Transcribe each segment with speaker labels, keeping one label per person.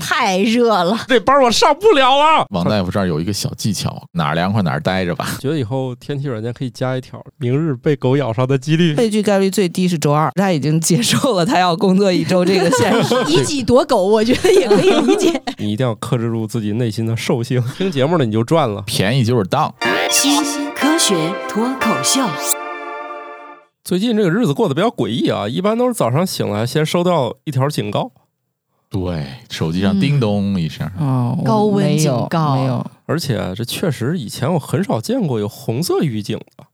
Speaker 1: 太热 了。
Speaker 2: 这班我上不了了。
Speaker 3: 王大夫这儿有一个小技巧，哪儿凉快哪儿待着吧。
Speaker 4: 觉得以后天气软件可以加一条，明日被狗咬伤的几 率。
Speaker 5: 悲剧概率最低是周二，他已经接受了他要工作一周这个现 实。
Speaker 1: 以己夺狗，我觉得也可以理 解。
Speaker 4: 你一定要克制住自己内心的兽性。听节目了你就赚了。
Speaker 3: 便宜就是当，
Speaker 6: 新科学脱口秀，
Speaker 4: 最近这个日子过得比较诡异啊，一般都是早上醒来先收到一条警告，
Speaker 3: 对，手机上
Speaker 5: 嗯
Speaker 3: 叮咚一声，
Speaker 5: 哦，我
Speaker 1: 高温
Speaker 5: 没有
Speaker 1: 警告
Speaker 5: 没有，
Speaker 4: 而且这确实以前我很少见过有红色预警的，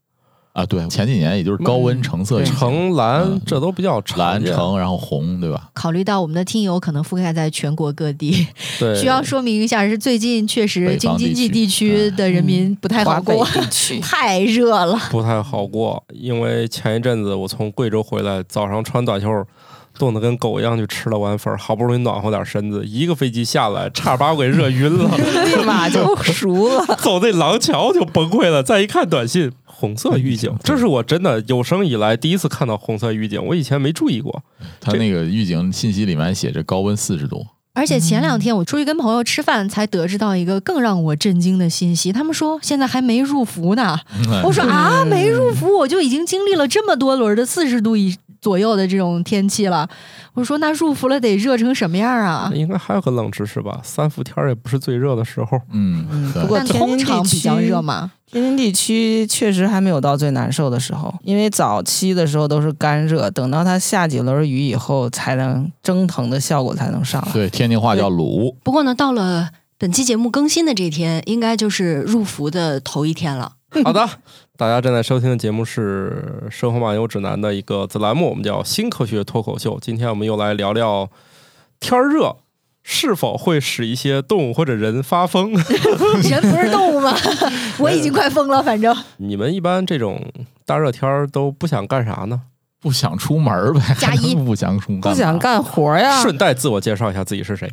Speaker 3: 啊，对，前几年也就是高温橙色
Speaker 5: 对
Speaker 3: 预警、
Speaker 4: 橙蓝
Speaker 3: 嗯
Speaker 4: 这都比较常
Speaker 3: 蓝、
Speaker 4: 见
Speaker 3: 橙，然后红，对吧？
Speaker 1: 考虑到我们的听友可能覆盖在全国各地，
Speaker 4: 对
Speaker 1: 需要说明一下，是最近确实
Speaker 3: 北
Speaker 1: 京
Speaker 3: 方
Speaker 1: 津冀
Speaker 3: 地
Speaker 1: 地
Speaker 3: 区
Speaker 1: 区的人民不太好
Speaker 5: 华北
Speaker 1: 过，
Speaker 5: 地区
Speaker 1: 太热了。
Speaker 4: 不太好过，因为前一阵子我从贵州回来，早上穿短袖，冻得跟狗一样去吃了碗粉，好不容易暖和点身子，一个飞机下来，差点把我给热晕了，
Speaker 5: 立马就熟了。
Speaker 1: 嗯
Speaker 4: 走那廊桥就崩溃了。再一看短信，红色预警，这是我真的有生以来第一次看到红色预警，我以前没注意过。
Speaker 3: 它
Speaker 4: 这
Speaker 3: 那个预警信息里面还写着高温四十度，
Speaker 1: 而且前两天我出去跟朋友吃饭，才得知到一个更让我震惊的信息。他们说现在还没入伏呢。
Speaker 3: 嗯
Speaker 5: 嗯哦
Speaker 1: 我说啊，没入伏，我就已经经历了这么多轮的四十度以左右的这种天气了。我说那入伏了得热成什么样啊？
Speaker 4: 应该还有个冷知识吧？三伏天儿也不是最热的时候。
Speaker 3: 嗯，
Speaker 5: 嗯
Speaker 3: 对
Speaker 5: 不过
Speaker 1: 但通常比较热嘛。
Speaker 5: 天津地区确实还没有到最难受的时候，因为早期的时候都是干热，等到它下几轮雨以后，才能蒸腾的效果才能上来。
Speaker 3: 对，天津话叫卤，
Speaker 6: 不过呢，到了本期节目更新的这天，应该就是入伏的头一天 了。
Speaker 4: 好的，大家正在收听的节目是《生活漫游指南》的一个子栏目，我们叫新科学脱口秀。今天我们又来聊聊天儿热是否会使一些动物或者人发疯。
Speaker 1: 人不是动物 吗？我已经快疯了，反正
Speaker 4: 你们一般这种大热天儿都不想干啥呢？
Speaker 3: 不想出门儿呗，
Speaker 1: 加
Speaker 3: 还能
Speaker 1: 一
Speaker 3: 不想出，
Speaker 5: 不想。干活呀，
Speaker 4: 顺带自我介绍一下自己是谁。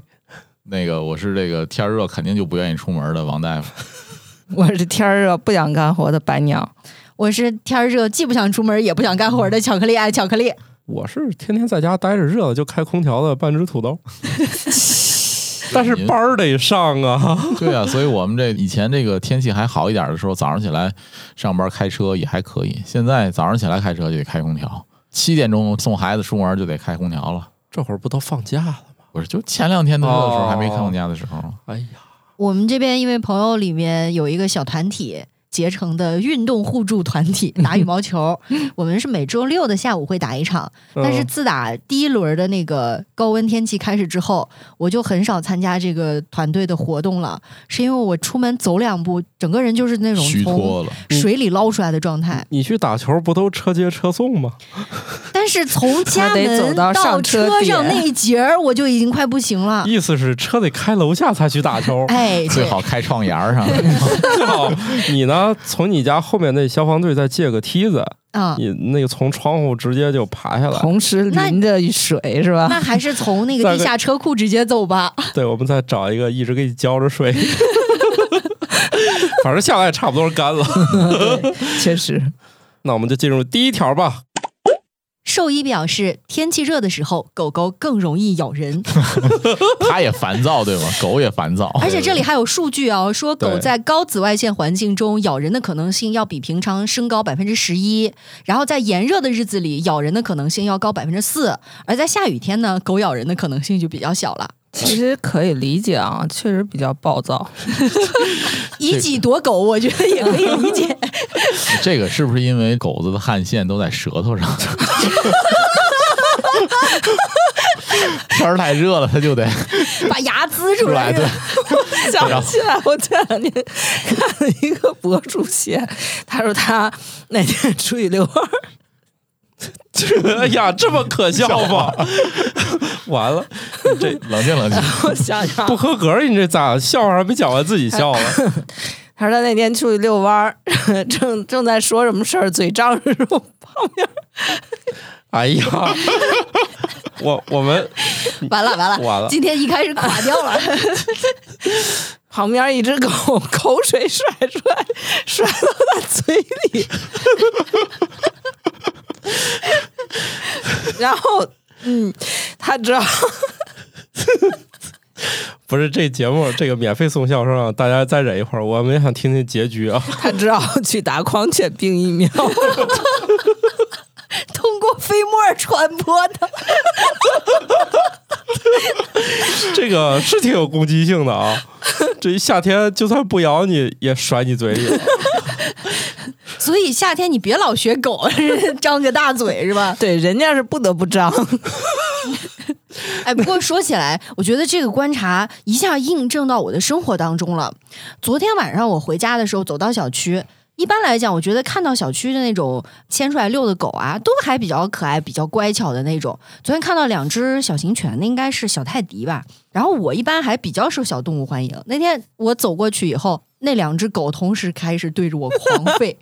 Speaker 3: 那个我是这个天儿热肯定就不愿意出门儿的王大夫，
Speaker 5: 我是天儿热不想干活的白鸟。
Speaker 1: 我是天儿热，既不想出门也不想干活的巧克力爱巧克力。
Speaker 4: 我是天天在家待着热了就开空调的半只土豆， 但是班儿得上啊。
Speaker 3: 对啊，所以我们这以前这个天气还好一点的时候，早上起来上班开车也还可以。现在早上起来开车就得开空调，七点钟送孩子出门就得开空调了。
Speaker 4: 这会儿不都放假了吗？
Speaker 3: 不是，就前两天的热的时候，
Speaker 4: 哦
Speaker 3: 还没开空调的时候，
Speaker 4: 哎呀，
Speaker 1: 我们这边因为朋友里面有一个小团体结成的运动互助团体，打羽毛 球。我们是每周六的下午会打一场，但是
Speaker 4: 嗯
Speaker 1: 自打第一轮的那个高温天气开始之后，我就很少参加这个团队的活动了，是因为我出门走两步，整个人就是那种
Speaker 3: 虚
Speaker 1: 从
Speaker 3: 脱了。
Speaker 5: 嗯
Speaker 1: 水里捞出来的状态。
Speaker 4: 你去打球不都车接车送吗？
Speaker 1: 但是从家
Speaker 5: 嗯还得走
Speaker 1: 门
Speaker 5: 到上车
Speaker 1: 车
Speaker 5: 点
Speaker 1: 上那一节儿，我就已经快不行 了。，
Speaker 4: 意思是车得开楼下才去打球
Speaker 1: 哎，
Speaker 3: 最
Speaker 1: 这
Speaker 3: 好开窗沿 儿上，
Speaker 4: 最好你呢从你家后面那消防队再借个梯子，
Speaker 1: 啊，
Speaker 5: 嗯
Speaker 4: 你那个从窗户直接就爬下来。
Speaker 5: 同时淋着水是吧？
Speaker 1: 那还是从那
Speaker 4: 大
Speaker 1: 个
Speaker 4: 概
Speaker 1: 地下车库直接走吧。
Speaker 4: 对，我们再找一个一直给你浇着水， 反正下来也差不多是干 了。
Speaker 5: 对， 确实，
Speaker 4: 那我们就进入第一条吧。
Speaker 1: 兽医表示，天气热的时候，狗狗更容易咬 人，
Speaker 3: 它也烦躁，对吗？狗也烦躁，
Speaker 1: 而且这里还有数据啊，说狗
Speaker 4: 对
Speaker 1: 在高紫外线环境中咬人的可能性要比平常升高百分之十一，然后在炎热的日子里咬人的可能性要高百分之四，而在下雨天呢，狗咬人的可能性就比较小 了。
Speaker 5: 其实可以理解啊，确实比较暴躁。
Speaker 1: 以己夺狗，我觉得也可以理解。
Speaker 3: 这个是不是因为狗子的汗腺都在舌 头上？天儿太热了，它就得
Speaker 1: 把牙呲出
Speaker 3: 出来。
Speaker 1: 来
Speaker 3: 对，
Speaker 5: 想起来，我前两天看了一个博主写，他说他那天出去遛弯儿，
Speaker 4: 哎呀，这么可笑吗？完了，这
Speaker 3: 冷静冷静。
Speaker 5: 我想想
Speaker 4: 不，合格，你这咋笑话还没讲完自己笑了？
Speaker 5: 他说他那天出去遛弯儿，正正在说什么事儿，嘴张着说
Speaker 4: 哎呀，我我们
Speaker 1: 完了完了，
Speaker 4: 完了
Speaker 1: 今天一开始垮掉 了。
Speaker 5: 旁边一只狗口水甩出来，甩到他嘴里， 然后嗯，他只好
Speaker 4: 不是这节目这个免费送笑声啊，大家再忍一会儿，我们也想听听结局啊。
Speaker 5: 他只好去打狂犬病疫苗。
Speaker 1: 通过飞沫传播的。
Speaker 4: 这个是挺有攻击性的啊！这一夏天就算不咬你，也甩你 嘴里。
Speaker 1: 所以夏天你别老学狗张着大嘴是吧？
Speaker 5: 对，人家是不得不张。
Speaker 1: 哎，不过说起来，我觉得这个观察一下印证到我的生活当中了。昨天晚上我回家的时候，走到小区。一般来讲，我觉得看到小区的那种牵出来遛的狗啊，都还比较可爱、比较乖巧的那种。昨天看到两只小型犬，那应该是小泰迪吧。然后我一般还比较受小动物欢迎。那天我走过去以后，那两只狗同时开始对着我狂 吠，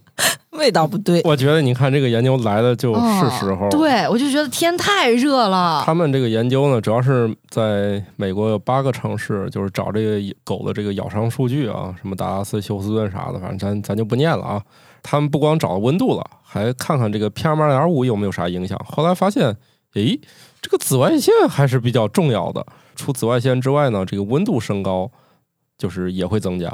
Speaker 5: 味道不对，
Speaker 4: 我觉得你看这个研究来的就是时候。
Speaker 1: 哦对我就觉得天太热了。
Speaker 4: 他们这个研究呢，主要是在美国有八个城市，就是找这个狗的这个咬伤数据啊，什么达拉斯、休斯顿啥的，反正咱咱就不念了啊。他们不光找温度了，还看看这个 PM 二点五有没有啥影响。后来发现，诶，这个紫外线还是比较重要的。除紫外线之外呢，这个温度升高就是也会增加。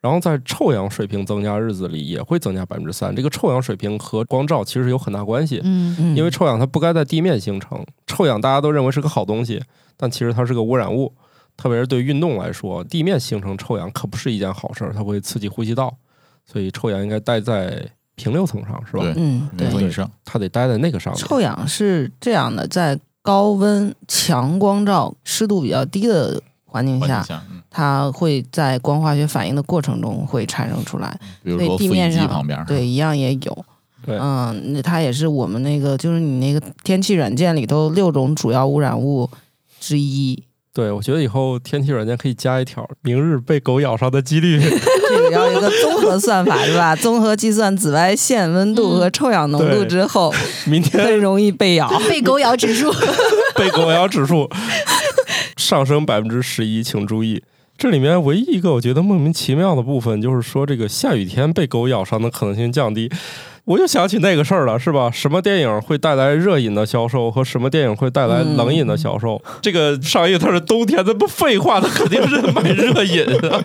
Speaker 4: 然后在臭氧水平增加日子里也会增加百分之三，这个臭氧水平和光照其实有很大关系。
Speaker 1: 嗯，
Speaker 5: 嗯
Speaker 4: 因为臭氧它不该在地面形成。臭氧大家都认为是个好东西，但其实它是个污染物，特别是对运动来说，地面形成臭氧可不是一件好事儿，它会刺激呼吸道，所以臭氧应该待在平流层上，是吧？
Speaker 3: 对
Speaker 5: 嗯， 对
Speaker 3: 两，分以上，
Speaker 4: 它得待在那个上面。
Speaker 5: 臭氧是这样的，在高温、强光照、湿度比较低的环境
Speaker 3: 环境
Speaker 5: 下，
Speaker 3: 下，嗯，
Speaker 5: 它会在光化学反应的过程中会产生出来。
Speaker 3: 比如说
Speaker 5: 对地
Speaker 3: 复
Speaker 5: 面
Speaker 3: 印机
Speaker 5: 上
Speaker 3: 旁边，
Speaker 5: 对，一样也有。
Speaker 4: 对
Speaker 5: 嗯，那它也是我们那个，就是你那个天气软件里头六种主要污染物之一，
Speaker 4: 对，我觉得以后天气软件可以加一条，明日被狗咬伤的几 率。
Speaker 5: 这个要有一个综合算法是吧？综合计算紫外线、温度和臭氧浓度
Speaker 4: 对
Speaker 5: 之后，
Speaker 4: 明
Speaker 5: 更
Speaker 4: 天
Speaker 5: 容易被咬。
Speaker 1: 被狗咬指数。
Speaker 4: 被狗咬指数上升百分之十一，请注意。这里面唯一一个我觉得莫名其妙的部分，就是说这个下雨天被狗咬伤的可能性降低。我又想起那个事儿了，是吧？什么电影会带来热饮的销售和什么电影会带
Speaker 5: 嗯
Speaker 4: 来冷饮的销售？这个上映它是冬天，这不废话，它肯定是卖热饮啊！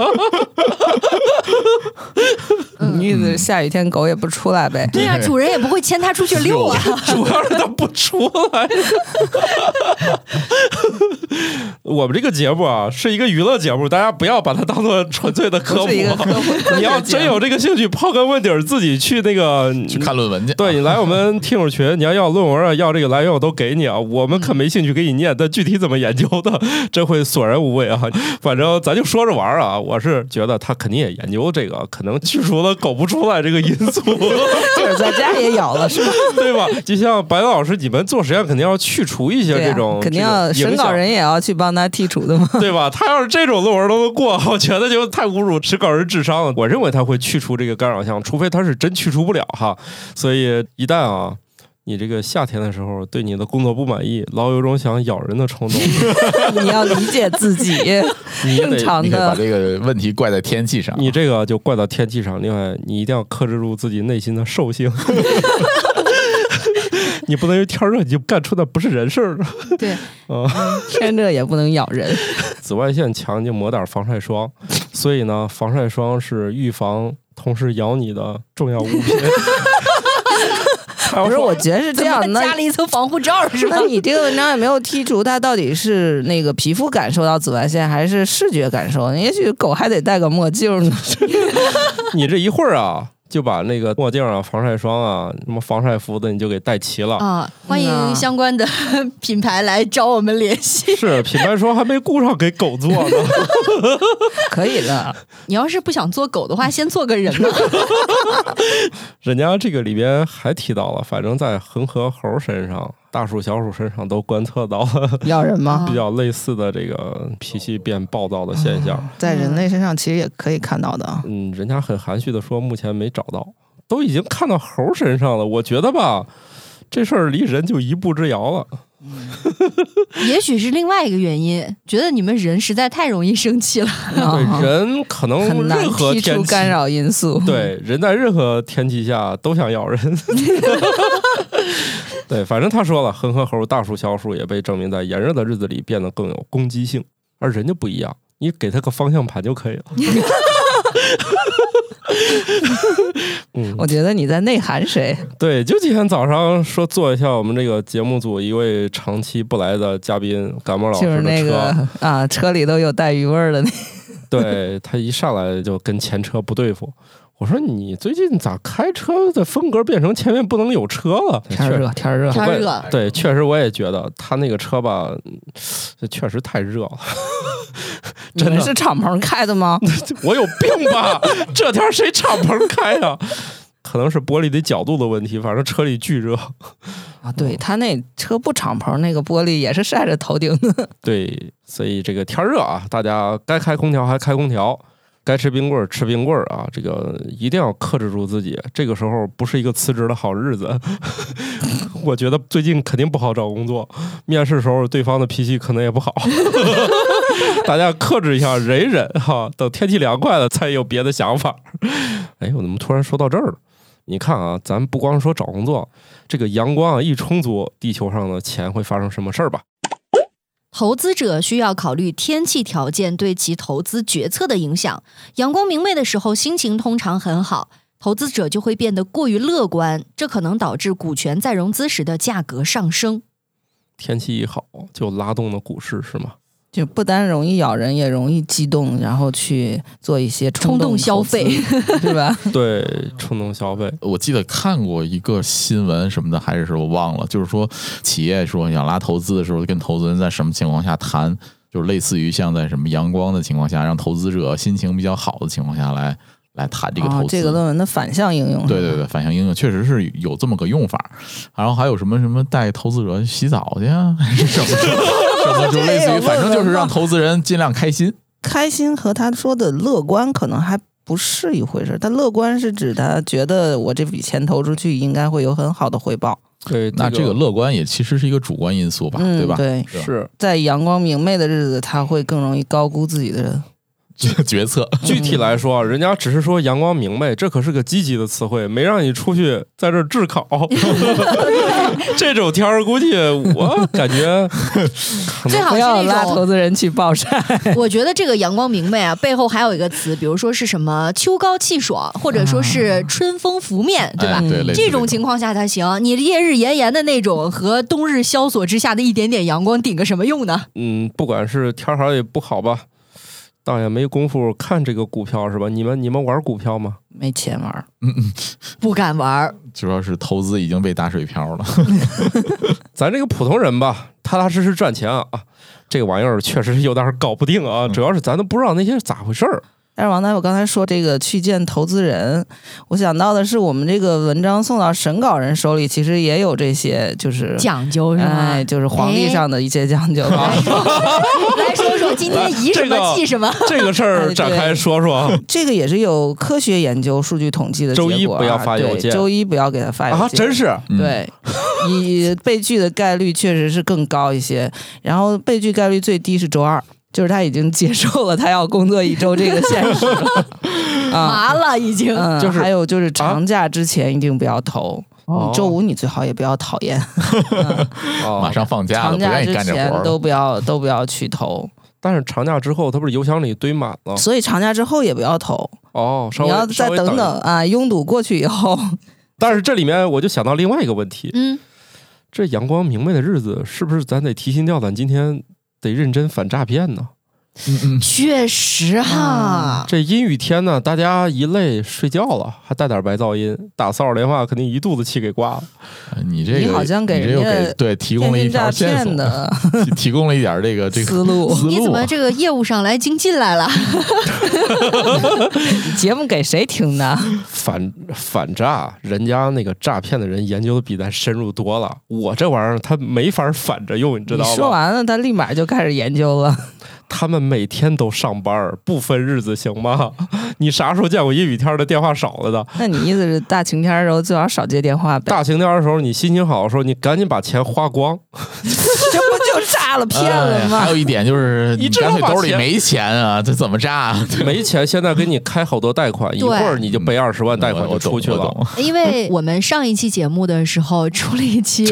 Speaker 5: 你意思是下雨天狗也不出来呗？
Speaker 1: 对啊，主人也不会牵它出去遛啊。
Speaker 4: 主要是它不出来。 我们这个节目啊，是一个娱乐节目，大家不要把它当做纯粹的科
Speaker 5: 不
Speaker 4: 普
Speaker 5: 是 一个
Speaker 4: 啊。
Speaker 5: 科普。
Speaker 4: 你要真 有这个兴趣，刨根问底儿，自己去那个
Speaker 3: 去看论文去。
Speaker 4: 对你来我们听友群，你要要论文啊，要这个来源我都给你啊，我们可
Speaker 5: 嗯
Speaker 4: 没兴趣给你念，但具体怎么研究的， 这会索然无味啊。 反正咱就说着玩儿啊，我是觉得他肯定也研究这个，可能去除了搞不出来这个因素，
Speaker 5: 就是在家也咬了是吧？
Speaker 4: 对吧？就像白老师，你们做实验肯定要去除一些
Speaker 5: 对
Speaker 4: 这
Speaker 5: 啊
Speaker 4: 种、
Speaker 5: 肯定要
Speaker 4: 这种
Speaker 5: 审
Speaker 4: 影
Speaker 5: 稿
Speaker 4: 响。
Speaker 5: 人也要去帮他剔 除的嘛。
Speaker 4: 对吧？他要是这种论文都能过，我觉得就太侮辱审稿人智商了。我认为他会去除这个干扰项，除非他是真去除不了哈。所以一旦啊，你这个夏天的时候对你的工作不满意，老有种想咬人的冲动，
Speaker 5: 你要理解自己，
Speaker 4: 你
Speaker 5: 正
Speaker 4: 得。
Speaker 5: 常
Speaker 3: 你可以把
Speaker 5: 的。
Speaker 3: 这个问题怪在天气上。
Speaker 4: 你这个就怪到天气上，另外你一定要克制住自己内心的兽性，你不能因为天热你就干出那不是人事儿。
Speaker 1: 对，
Speaker 4: 啊、
Speaker 5: 天热也不能咬 人，
Speaker 4: 紫外线强就抹点防晒霜，所以呢，防晒霜是预防同时咬你的重要物品。还有
Speaker 5: 不是？
Speaker 4: 说
Speaker 5: 我觉得是这样。那
Speaker 1: 加了一层防护罩是吧
Speaker 5: 那？你这个文章也没有剔除它到底是那个皮肤感受到紫外线，还是视觉感受？也许狗还得戴个墨镜呢。
Speaker 4: 你这一会儿啊，就把那个墨镜啊、防晒霜啊、什么防晒服的，你就给带齐了。
Speaker 1: 啊，欢
Speaker 5: 嗯啊
Speaker 1: 迎相关的品牌来找我们联系。
Speaker 4: 是品牌霜还没顾上给狗做呢，
Speaker 5: 可以的，
Speaker 1: 你要是不想做狗 的话，先做个人吧。
Speaker 4: 人家这个里边还提到了，反正在恒河猴身上、大鼠、小鼠身上都观测到了
Speaker 5: 咬人吗？
Speaker 1: 嗯
Speaker 4: 比较类似的这个脾气变暴躁的现象。
Speaker 5: 在人类身上其实也可以看到的啊。
Speaker 4: 嗯，人家很含蓄的说，目前没找到，都已经看到猴身上了。我觉得吧，这事儿离人就一步之遥了。
Speaker 1: 也许是另外一个原因，觉得你们人实在太容易生气了。
Speaker 4: 对，人可能
Speaker 5: 哦嗯很难
Speaker 4: 任何
Speaker 5: 剔
Speaker 4: 天
Speaker 5: 除
Speaker 4: 气，
Speaker 5: 干扰因素。
Speaker 4: 对，人在任何天气下都想咬人。 对，反正他说了，恒河猴、大树、小鼠也被证明在炎热的日子里变得更有攻击性，而人就不一样，你给它个方向盘就可以了。嗯，
Speaker 5: 我觉得你在内涵谁？
Speaker 4: 对，就今天早上说做一下我们这个节目组一位长期不来的嘉宾感冒老师
Speaker 5: 就
Speaker 4: 的车，
Speaker 5: 是 那个啊，车里都有带鱼味 儿的那
Speaker 4: 对他一上来就跟前车不对付。我说你最近咋开车的风格变成前面不能有车了？
Speaker 5: 天儿热，天儿热，
Speaker 1: 天儿热，
Speaker 4: 对，确实我也觉得他那个车吧，嗯这确实太热了。
Speaker 5: 你
Speaker 4: 真
Speaker 5: 们
Speaker 4: 的
Speaker 5: 是敞篷开的吗？
Speaker 3: 嗯
Speaker 4: 我有病吧？这天儿谁敞篷开呀、可能是玻璃的角度的问题，反正车里巨热。
Speaker 5: 啊，对他那车不敞篷，那个玻璃也是晒着头顶的。
Speaker 4: 对，所以这个天儿热啊，大家该开空调还开空调，该吃冰棍儿吃冰棍儿啊，这个一定要克制住自己。这个时候不是一个辞职的好日子， 我觉得最近肯定不好找工作，面试时候对方的脾气可能也不好。 大家克制一下，忍一忍哈，等天气凉快了才有别的想法。哎，我怎么突然说到这儿了？你看啊，咱不光说找工作，这个阳光啊一充足，地球上的钱会发生什么事儿吧？
Speaker 1: 投资者需要考虑天气条件对其投资决策的影响。阳光明媚的时候，心情通常很好，投资者就会变得过于乐观，这可能导致股权再融资时的价格上升。
Speaker 4: 天气一好就拉动了股市，是吗？
Speaker 5: 就不单容易咬人，也容易激动，然后去做一些
Speaker 1: 冲动
Speaker 5: 动
Speaker 1: 消
Speaker 5: 投资
Speaker 1: 费，
Speaker 5: 对吧？
Speaker 4: 对，冲动消费，
Speaker 3: 我记得看过一个新闻什么的，还是我忘了，就是说企业说想拉投资的时候，跟投资人在什么情况下谈，就是类似于像在什么阳光的情况下，让投资者心情比较好的情况下来来谈 这个投
Speaker 5: 啊
Speaker 3: 资。
Speaker 5: 这个论文的反向应用，
Speaker 3: 对对对，反向应用确实是有这么个用法儿，然后还有什么什么带投资者洗澡去啊，还是什么什么， 就类似于反正就是让投资人尽量开心。
Speaker 5: 开心和他说的乐观可能还不是一回事儿。他乐观是指他觉得我这笔钱投出去应该会有很好的回报，
Speaker 4: 对，
Speaker 3: 那这个乐观也其实是一个主观因素吧，
Speaker 5: 嗯，
Speaker 3: 对吧？
Speaker 5: 对，
Speaker 3: 吧
Speaker 4: 是
Speaker 5: 在阳光明媚的日子，他会更容易高估自己的
Speaker 3: 决 决策
Speaker 4: 具体来 说啊，人家只是说阳光明媚，这可是个积极的词汇，没让你出去在这儿炙烤。 这种天儿，估计我感觉
Speaker 1: 最好
Speaker 5: 不
Speaker 1: 是
Speaker 5: 要
Speaker 1: 那
Speaker 5: 拉
Speaker 1: 种
Speaker 5: 投资人去暴晒。
Speaker 1: 我觉得这个阳光明媚啊，背后还有一个词，比如说是什么秋高气爽，或者说是春风拂面，对吧？
Speaker 3: 哎对，类似
Speaker 1: 这种情况下才行。你烈日炎炎的那种和冬日萧索之下的一点点阳光，顶个什么用呢？
Speaker 4: 嗯，不管是天儿好也不好吧，倒也没工夫看这个股票是吧？你们你们玩股票吗？
Speaker 5: 没钱玩儿，
Speaker 1: 不敢玩儿，
Speaker 3: 主要是投资已经被打水漂了。
Speaker 4: 咱这个普通人吧，踏踏实实赚钱啊，这个玩意儿确实是有点儿搞不定
Speaker 3: 嗯
Speaker 4: 啊，主要是咱都不知道那些是咋回事儿。
Speaker 5: 但是王大夫刚才说这个去见投资人，我想到的是我们这个文章送到审稿人手里，其实也有这些，就是
Speaker 1: 讲究是吗
Speaker 5: 哎，？就是皇帝上的一些讲究。
Speaker 1: 来说说今天宜什么气什么？
Speaker 4: 这个事
Speaker 5: 哎
Speaker 4: 儿展开说说啊
Speaker 5: 这个也是有科学研究、数据统计的结果啊、
Speaker 4: 周一不要发邮件
Speaker 5: 对周一不要给他发邮件，
Speaker 4: 啊，真是
Speaker 3: 嗯，
Speaker 5: 对，你被拒的概率确实是更高一些，然后被拒概率最低是周二，就是他已经接受了他要工作一周这个现实 了啊。
Speaker 1: 麻了已经。
Speaker 5: 嗯，
Speaker 4: 就是
Speaker 5: 还有
Speaker 3: 啊
Speaker 5: 就是长假之前一定不要投，
Speaker 4: 哦
Speaker 5: 周五你最好也不要讨厌，
Speaker 3: 马
Speaker 5: 哦
Speaker 4: 啊！
Speaker 3: 上放假了，
Speaker 5: 长
Speaker 3: 不
Speaker 5: 假
Speaker 3: 愿
Speaker 5: 之
Speaker 3: 意干这活
Speaker 5: 前
Speaker 3: 儿
Speaker 5: 都
Speaker 3: 了。
Speaker 5: 不要都不要去投，
Speaker 4: 但是长假之后，他不是邮箱里堆满
Speaker 3: 哦
Speaker 4: 了
Speaker 5: 所以长假之后也不要投，
Speaker 4: 哦，稍
Speaker 5: 你
Speaker 4: 微
Speaker 5: 要再
Speaker 4: 稍微
Speaker 5: 等
Speaker 4: 等一
Speaker 5: 等。啊，拥堵过去 以后，
Speaker 4: 但是这里面我就想到另外一个问题：
Speaker 1: 嗯，
Speaker 4: 这阳光明媚的日子，是不是咱得提心吊胆？今天得认真反诈骗呢？
Speaker 3: 嗯嗯，
Speaker 1: 确实
Speaker 3: 啊
Speaker 5: 嗯
Speaker 1: 哈，
Speaker 4: 这阴雨天呢，大家一累睡觉了，还带点白噪音，打骚扰电话，肯定一肚子气给挂了。
Speaker 3: 哎你这个
Speaker 5: 你好像给
Speaker 3: 你这又
Speaker 5: 人家
Speaker 3: 给对提供了一
Speaker 5: 电信诈
Speaker 3: 条线索
Speaker 5: 骗，的
Speaker 3: 提提供了一点这个这个
Speaker 5: 思 路，
Speaker 3: 思
Speaker 1: 你
Speaker 3: 路
Speaker 1: 怎么
Speaker 3: 啊。
Speaker 1: 这个业务上来精进来了？
Speaker 5: 节目给谁听的？
Speaker 4: 反反诈，人家那个诈骗的人研究的比咱深入多了，我这玩意儿他没法反着用，你知
Speaker 5: 你
Speaker 4: 道吗？
Speaker 5: 说完了，他立马就开始研究了。
Speaker 4: 他们每天都上班儿，不分日子行吗？ 你啥时候见过阴雨天儿的电话少了的？
Speaker 5: 那你意思是大晴天儿的时候最好少接电话呗？
Speaker 4: 大晴天儿的时候，你心情好的时候，你赶紧把钱花光，
Speaker 5: 这不就诈诈了、骗了
Speaker 3: 哎
Speaker 5: 嘛
Speaker 3: 还。有一点就是，
Speaker 4: 你
Speaker 3: 你
Speaker 4: 至少
Speaker 3: 干脆
Speaker 4: 把
Speaker 3: 兜里
Speaker 4: 钱
Speaker 3: 没钱啊，这怎么诈啊？
Speaker 4: 没钱，现在给你开好多贷 款，一会儿你就背二十万贷款
Speaker 3: 嗯我
Speaker 4: 就出去。
Speaker 3: 我
Speaker 4: 了。
Speaker 3: 懂
Speaker 1: 因为哎我们上一期节目的时候出了一期，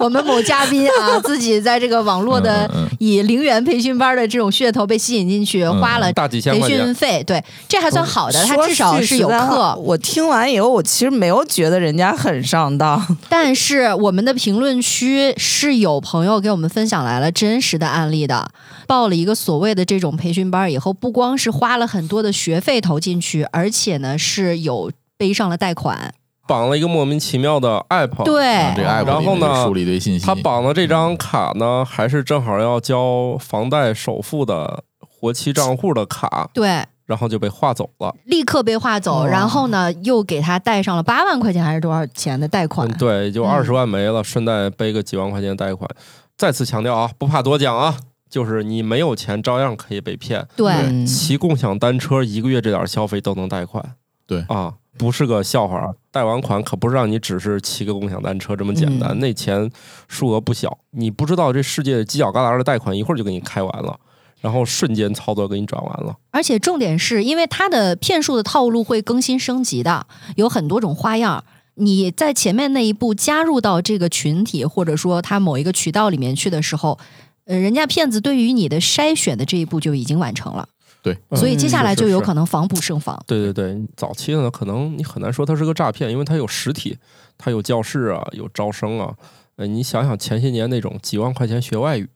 Speaker 1: 我们某嘉宾啊自己在这个网络的
Speaker 3: 嗯嗯嗯
Speaker 1: 以零元培训班的这种噱头被吸引进去，花了
Speaker 4: 大几千
Speaker 1: 呃培
Speaker 4: 块钱
Speaker 1: 训，费，对，这还算好的，
Speaker 5: 哦说
Speaker 1: 他至少
Speaker 5: 句
Speaker 1: 是
Speaker 5: 实
Speaker 1: 有
Speaker 5: 在话
Speaker 1: 课。
Speaker 5: 我听完以后，我其实没有觉得人家很上当。
Speaker 1: 但是我们的评论区是有朋友给我们分享来了真实的案例的，报了一个所谓的这种培训班以后，不光是花了很多的学费投进去，而且呢是有背上了贷款，
Speaker 4: 绑了一个莫名其妙的 app。
Speaker 1: 对
Speaker 3: 嗯这个 app
Speaker 4: 哦然后
Speaker 3: 里面就
Speaker 4: 呢
Speaker 3: 输了一堆信息，
Speaker 4: 他绑的这张卡呢，还是正好要交房贷首付的活期账户的卡，
Speaker 1: 对。
Speaker 4: 然后就被划走了。
Speaker 1: 立刻被划走，
Speaker 4: 哦
Speaker 5: 哇
Speaker 1: 然后呢，又给他贷上了八万块钱还是多少钱的贷款
Speaker 4: 嗯，？对，就
Speaker 1: 嗯
Speaker 4: 二十万没了，顺带背个几万块钱贷款。再次强调啊，不怕多讲啊，就是你没有钱照样可以被骗。
Speaker 1: 对
Speaker 5: 嗯
Speaker 4: 骑共享单车一个月这点消费都能贷款，
Speaker 3: 对
Speaker 4: 啊，不是个笑话啊！贷完款可不是让你只是骑个共享单车这么简单，
Speaker 5: 嗯
Speaker 4: 那钱数额不小，你不知道这世界犄角旮旯的贷款一会儿就给你开完了，然后瞬间操作给你转完了。
Speaker 1: 而且重点是因为他的骗术的套路会更新升级的，有很多种花样。你在前面那一步加入到这个群体，或者说他某一个渠道里面去的时候，呃，人家骗子对于你的筛选的这一步就已经完成了，
Speaker 3: 对，
Speaker 1: 所以接下来
Speaker 4: 嗯是是
Speaker 1: 就有
Speaker 4: 是
Speaker 1: 可能防不胜防。
Speaker 4: 对对对，早期呢，可能你很难说它是个诈骗，因为它有实体，它有教室啊，有招生啊。呃，你想想前些年那种几万块钱学外语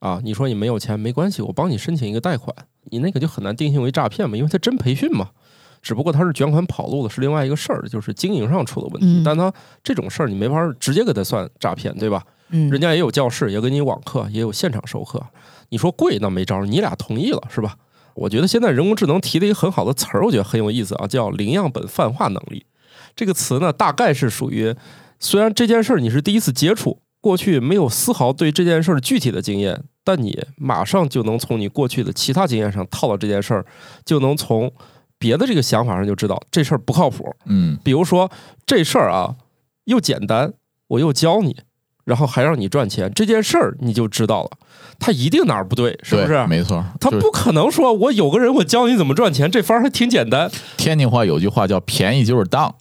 Speaker 4: 啊，你说你没有钱没关系，我帮你申请一个贷款，你那个就很难定性为诈骗嘛，因为它真培训嘛。只不过他是卷款跑路了，是另外一个事儿，就是经营上出了问题。
Speaker 1: 嗯
Speaker 4: 但他这种事儿你没法儿直接给他算诈骗，对吧？
Speaker 5: 嗯
Speaker 4: 人家也有教室，也给你网课，也有现场授课。你说贵那没招儿，你俩同意了是吧？我觉得现在人工智能提了一个很好的词儿，我觉得很有意思啊，叫零样本泛化能力。这个词呢，大概是属于，虽然这件事儿你是第一次接触，过去没有丝毫对这件事儿具体的经验，但你马上就能从你过去的其他经验上套到这件事儿，就能从别的这个想法上就知道这事儿不靠谱，
Speaker 3: 嗯，
Speaker 4: 比如说这事儿啊，又简单，我又教你，然后还让你赚钱，这件事儿你就知道了，他一定哪儿不对，是不
Speaker 3: 对
Speaker 4: 是？
Speaker 3: 没错，
Speaker 4: 他
Speaker 3: 就是
Speaker 4: 不可能说我有个人我教你怎么赚钱，这方儿还挺简单，
Speaker 3: 天津话有句话叫“便宜就是当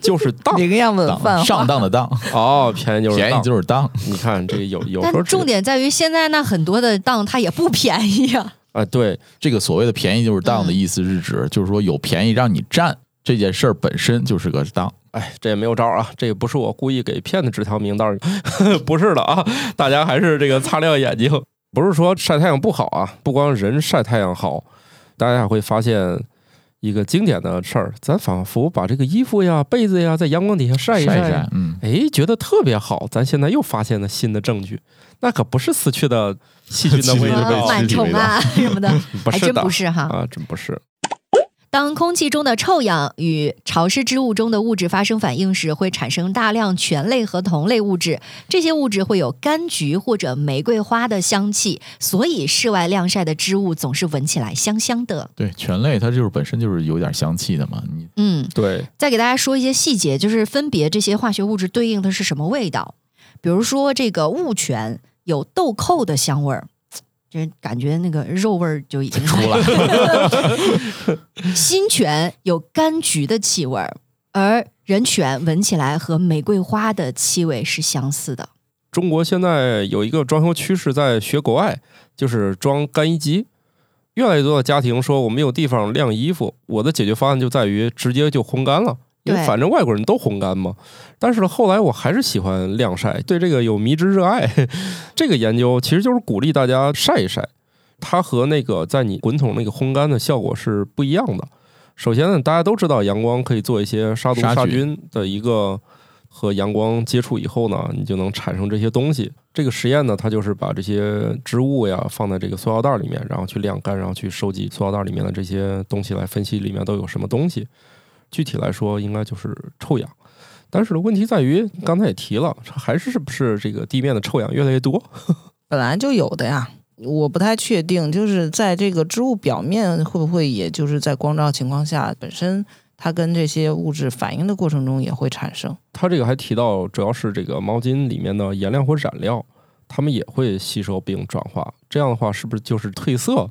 Speaker 4: 就是当
Speaker 5: 零样”，本
Speaker 3: 当
Speaker 5: 泛
Speaker 3: 上当的当，
Speaker 4: 哦，便宜就是
Speaker 3: 便宜
Speaker 4: 当。
Speaker 3: 就是当。
Speaker 4: 你看这个有有时
Speaker 1: 但
Speaker 4: 候
Speaker 1: 重点在于现在那很多的档它也不便宜啊，
Speaker 4: 啊、对，
Speaker 3: 这个所谓的“便宜就是当”的意思是指，就是说有便宜让你占这件事儿本身就是个当。
Speaker 4: 哎，这也没有招儿啊，这也不是我故意给骗子指条明道儿，不是 的啊，大家还是这个擦亮眼睛，不是说晒太阳不好啊，不光人晒太阳好，大家也会发现一个经典的事儿，咱仿佛把这个衣服呀、被子呀，在阳光底下晒
Speaker 3: 晒
Speaker 4: 一
Speaker 3: 一晒，嗯，
Speaker 4: 哎，觉得特别好。咱现在又发现了新的证据，那可不是死去的细菌的
Speaker 3: 细
Speaker 4: 味
Speaker 3: 菌的味
Speaker 4: 道
Speaker 3: 道，
Speaker 1: 螨虫 啊什么的，
Speaker 4: 不
Speaker 1: 还
Speaker 4: 是
Speaker 1: 真
Speaker 4: 的，
Speaker 1: 不是哈。
Speaker 4: 啊，真不是。
Speaker 1: 当空气中的臭氧与潮湿之物中的物质发生反应时，会产生大量醛类和酮类物质，这些物质会有柑橘或者玫瑰花的香气，所以室外晾晒的织物总是闻起来香香的。
Speaker 3: 对，醛类它就是本身就是有点香气的嘛。你
Speaker 1: 嗯，
Speaker 4: 对，
Speaker 1: 再给大家说一些细节，就是分别这些化学物质对应的是什么味道。比如说这个物醛有豆蔻的香味儿，这感觉那个肉味儿就已经
Speaker 3: 出来
Speaker 1: 新泉有柑橘的气味儿，而人泉闻起来和玫瑰花的气味是相似 的。
Speaker 4: 中国现在有一个装修趋势，在学国外，就是装干衣机。越来越多的家庭说我没有地方晾衣服，我的解决方案就在于直接就烘干了，因为
Speaker 1: 对
Speaker 4: 反正外国人都烘干嘛。但是呢后来我还是喜欢晾晒，对这个有迷之热爱。 这个研究其实就是鼓励大家晒一晒，它和那个在你滚筒那个烘干的效果是不一样的。首先呢，大家都知道阳光可以做一些杀毒
Speaker 3: 杀
Speaker 4: 杀
Speaker 3: 菌
Speaker 4: 菌的一个和阳光接触以后呢，你就能产生这些东西。这个实验呢，它就是把这些植物呀放在这个塑料袋里面，然后去晾干，然后去收集塑料袋里面的这些东西来分析里面都有什么东西。具体来说，应该就是臭氧。但是呢，问题在于，刚才也提了，还是是不是这个地面的臭氧越来越多？
Speaker 5: 本来就有的呀。我不太确定，就是在这个织物表面会不会，也就是在光照情况下，本身它跟这些物质反应的过程中也会产生。
Speaker 4: 它这个还提到，主要是这个毛巾里面的颜料或染料，它们也会吸收并转化。这样的话，是不是就是褪色？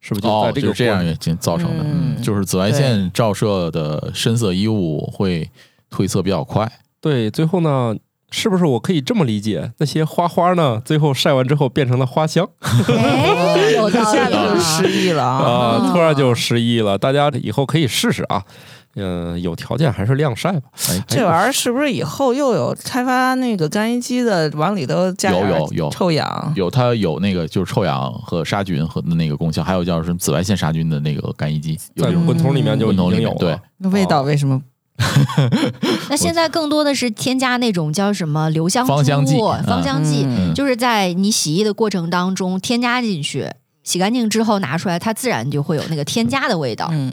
Speaker 4: 是不是就在
Speaker 3: 哦，
Speaker 4: 这
Speaker 3: 就
Speaker 4: 个
Speaker 3: 是这样
Speaker 4: 过程？
Speaker 3: 原因造成的，
Speaker 5: 嗯
Speaker 3: 嗯，就是紫外线照射的深色衣物会褪色比较快，
Speaker 4: 对，最后呢，是不是我可以这么理解？那些花花呢，最后晒完之后变成了花香
Speaker 1: 哎，有道 理
Speaker 5: 下面就
Speaker 1: 了
Speaker 5: 是失忆了
Speaker 4: 啊、
Speaker 5: 啊！
Speaker 4: 突然就失忆了。大家以后可以试试啊，嗯、有条件还是晾晒吧。
Speaker 3: 哎，
Speaker 5: 这玩意儿是不是以后又有开发那个干衣机的，往里头加
Speaker 3: 有
Speaker 5: 点儿
Speaker 3: 有有
Speaker 5: 臭氧？
Speaker 3: 有它有那个就是臭氧和杀菌和那个功效，还有叫什么紫外线杀菌的那个干衣机，有
Speaker 4: 在
Speaker 3: 这种
Speaker 4: 滚筒里面就
Speaker 3: 滚
Speaker 4: 已
Speaker 3: 筒
Speaker 4: 经
Speaker 3: 里
Speaker 4: 有
Speaker 3: 面
Speaker 4: 了。
Speaker 3: 对，
Speaker 5: 那味道为什么？
Speaker 1: 那现在更多的是添加那种叫什么留香
Speaker 3: 芳香剂
Speaker 1: 珠
Speaker 3: 嗯
Speaker 1: 芳哦香剂，
Speaker 5: 嗯
Speaker 3: 嗯
Speaker 1: 就是在你洗衣的过程当中添加进去，洗干净之后拿出来，它自然就会有那个添加的味道。
Speaker 5: 嗯，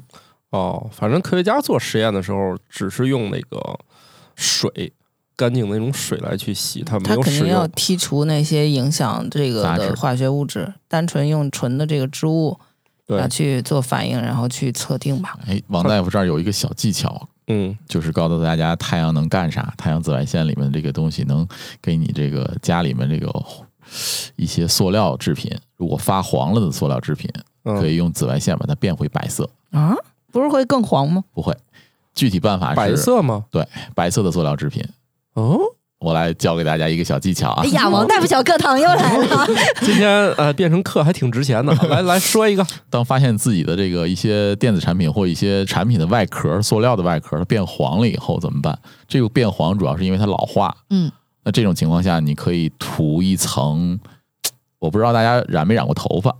Speaker 4: 哦，反正科学家做实验的时候，只是用那个水，干净的那种水来去洗，它嗯没
Speaker 5: 它
Speaker 4: 有
Speaker 5: 肯
Speaker 4: 使
Speaker 5: 定要
Speaker 4: 用。
Speaker 5: 剔除那些影响这个
Speaker 3: 杂
Speaker 5: 的
Speaker 3: 质
Speaker 5: 化学物质，单纯用纯的这个织物，
Speaker 4: 对
Speaker 5: 然后去做反应，然后去测定吧。
Speaker 3: 哎，王大夫这儿有一个小技巧，
Speaker 4: 嗯，
Speaker 3: 就是告诉大家太阳能干啥，太阳紫外线里面这个东西能给你这个家里面这个一些塑料制品，如果发黄了的塑料制品，
Speaker 4: 嗯
Speaker 3: 可以用紫外线把它变回白色，
Speaker 5: 啊，不是会更黄吗？
Speaker 3: 不会。具体办法是
Speaker 4: 白色吗？
Speaker 3: 白色的塑料制品，
Speaker 4: 哦，我
Speaker 3: 我来教给大家一个小技巧啊
Speaker 1: 哎。呀，王大夫小课堂又来了，
Speaker 4: 今天呃变成课还挺值钱的， 来来说一个，
Speaker 3: 当发现自己的这个一些电子产品或一些产品的外壳、塑料的外壳它变黄了以后怎么办？这个变黄主要是因为它老化。
Speaker 1: 嗯，
Speaker 3: 那这种情况下，你可以涂一层，我不知道大家染没染过头发，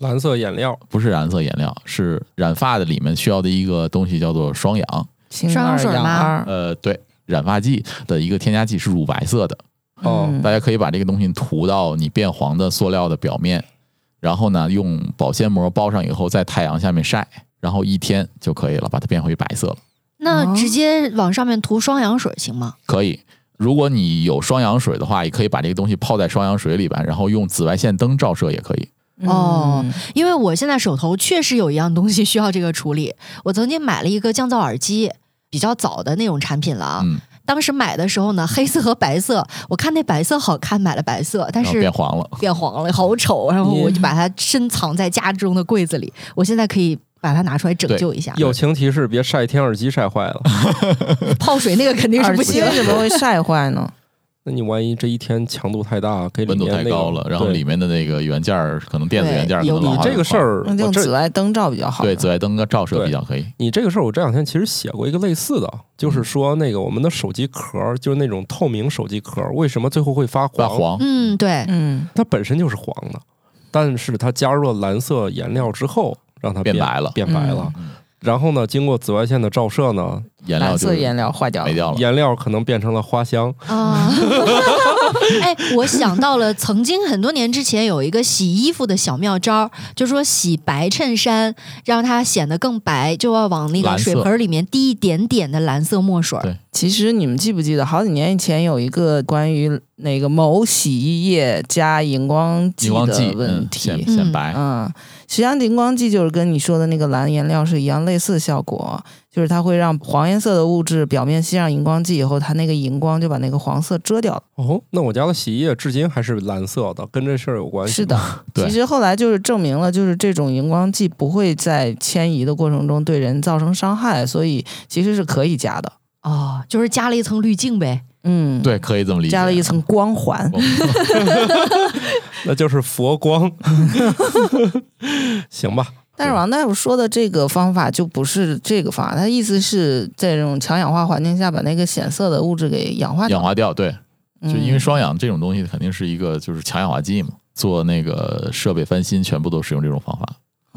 Speaker 4: 蓝色颜料，
Speaker 3: 不是染色颜料，是染发的里面需要的一个东西叫做双氧，
Speaker 5: 星
Speaker 1: 双氧
Speaker 5: 二
Speaker 1: 水
Speaker 5: 氧
Speaker 1: 吗
Speaker 5: 二，
Speaker 3: 呃，对，染发剂的一个添加剂是乳白色的。
Speaker 4: 哦
Speaker 5: 嗯
Speaker 3: 大家可以把这个东西涂到你变黄的塑料的表面，然后呢，用保鲜膜包上以后，在太阳下面晒，然后一天就可以了，把它变回白色了。
Speaker 1: 那直接往上面涂双氧水行吗？
Speaker 3: 可以，如果你有双氧水的话，也可以把这个东西泡在双氧水里边，然后用紫外线灯照射也可以。
Speaker 1: 哦
Speaker 5: 嗯
Speaker 1: 因为我现在手头确实有一样东西需要这个处理。我曾经买了一个降噪耳机，比较早的那种产品了啊。
Speaker 3: 嗯，
Speaker 1: 当时买的时候呢，黑色和白色，我看那白色好看，买了白色，但
Speaker 3: 然
Speaker 1: 是
Speaker 3: 后嗯哦变黄了。
Speaker 1: 变黄了，好丑。然后我就把它深藏在家中的柜子里。我现在可以把它拿出来拯救一下。
Speaker 4: 友情提示：别晒天耳机晒坏 了。
Speaker 1: 泡水那个肯定是
Speaker 5: 耳
Speaker 1: 不
Speaker 5: 机
Speaker 1: 行
Speaker 5: 为。什么会晒坏呢？
Speaker 4: 那你万一这一天强度太大，给里
Speaker 3: 温度
Speaker 4: 面
Speaker 3: 太
Speaker 4: 那个
Speaker 3: 高了，然后
Speaker 4: 对
Speaker 3: 里面的那个元件儿可能电子元件儿可
Speaker 1: 对
Speaker 3: 能
Speaker 1: 有
Speaker 3: 老
Speaker 4: 你
Speaker 3: 化
Speaker 4: 这个事儿，
Speaker 5: 那
Speaker 4: 我
Speaker 5: 用紫
Speaker 4: 这
Speaker 5: 外灯照比较好。
Speaker 3: 对紫外灯的照射比较可以。
Speaker 4: 你这个事儿，我这两天其实写过一个类似的，就是说那个我们的手机壳儿，就是那种透明手机壳儿，为什么最后会发
Speaker 3: 发
Speaker 4: 黄？
Speaker 3: 黄，
Speaker 1: 嗯，对，
Speaker 5: 嗯，
Speaker 4: 它本身就是黄的，但是它加入了蓝色颜料之后，让它
Speaker 3: 变
Speaker 4: 变
Speaker 3: 白了
Speaker 4: 变白了。
Speaker 3: 嗯
Speaker 4: 然后呢，经过紫外线的照射呢，
Speaker 3: 颜料
Speaker 5: 蓝
Speaker 3: 就
Speaker 5: 色
Speaker 3: 没
Speaker 5: 颜料坏掉了。
Speaker 3: 掉了。
Speaker 4: 颜料可能变成了花香。
Speaker 3: 嗯
Speaker 1: 啊， 哎，我想到了，曾经很多年之前有一个洗衣服的小妙招儿，就说洗白衬衫让它显得更白，就要往那个
Speaker 3: 蓝色
Speaker 1: 水盆里面滴一点点的蓝色墨水儿。
Speaker 3: 对
Speaker 5: 其实你们记不记得，好几年以前有一个关于那个某洗衣液加荧光剂
Speaker 3: 荧光剂
Speaker 5: 的问
Speaker 3: 嗯
Speaker 5: 题？
Speaker 3: 显
Speaker 1: 嗯
Speaker 3: 显白，
Speaker 5: 嗯，实际上荧光剂就是跟你说的那个蓝颜料是一样类似的效果，就是它会让黄颜色的物质表面吸上荧光剂以后，它那个荧光就把那个黄色遮掉了。
Speaker 4: 哦，那我家的洗衣液至今还是蓝色的，跟这事儿有关系。
Speaker 5: 是的，，
Speaker 3: 哎 对
Speaker 5: 其实后来就是证明了，就是这种荧光剂不会在迁移的过程中对人造成伤害，所以其实是可以加的。
Speaker 1: 哦，就是加了一层滤镜呗。
Speaker 5: 嗯，，
Speaker 3: 对，可以这么理解。
Speaker 5: 加了一层光环。
Speaker 4: 那就是佛光。 行吧，
Speaker 5: 但是王大夫说的这个方法就不是这个方法，他意思是在这种强氧化环境下把那个显色的物质给氧化掉。
Speaker 3: 氧化掉，对，
Speaker 5: 嗯
Speaker 3: 就因为双氧这种东西肯定是一个就是强氧化剂嘛，做那个设备翻新全部都使用这种方法，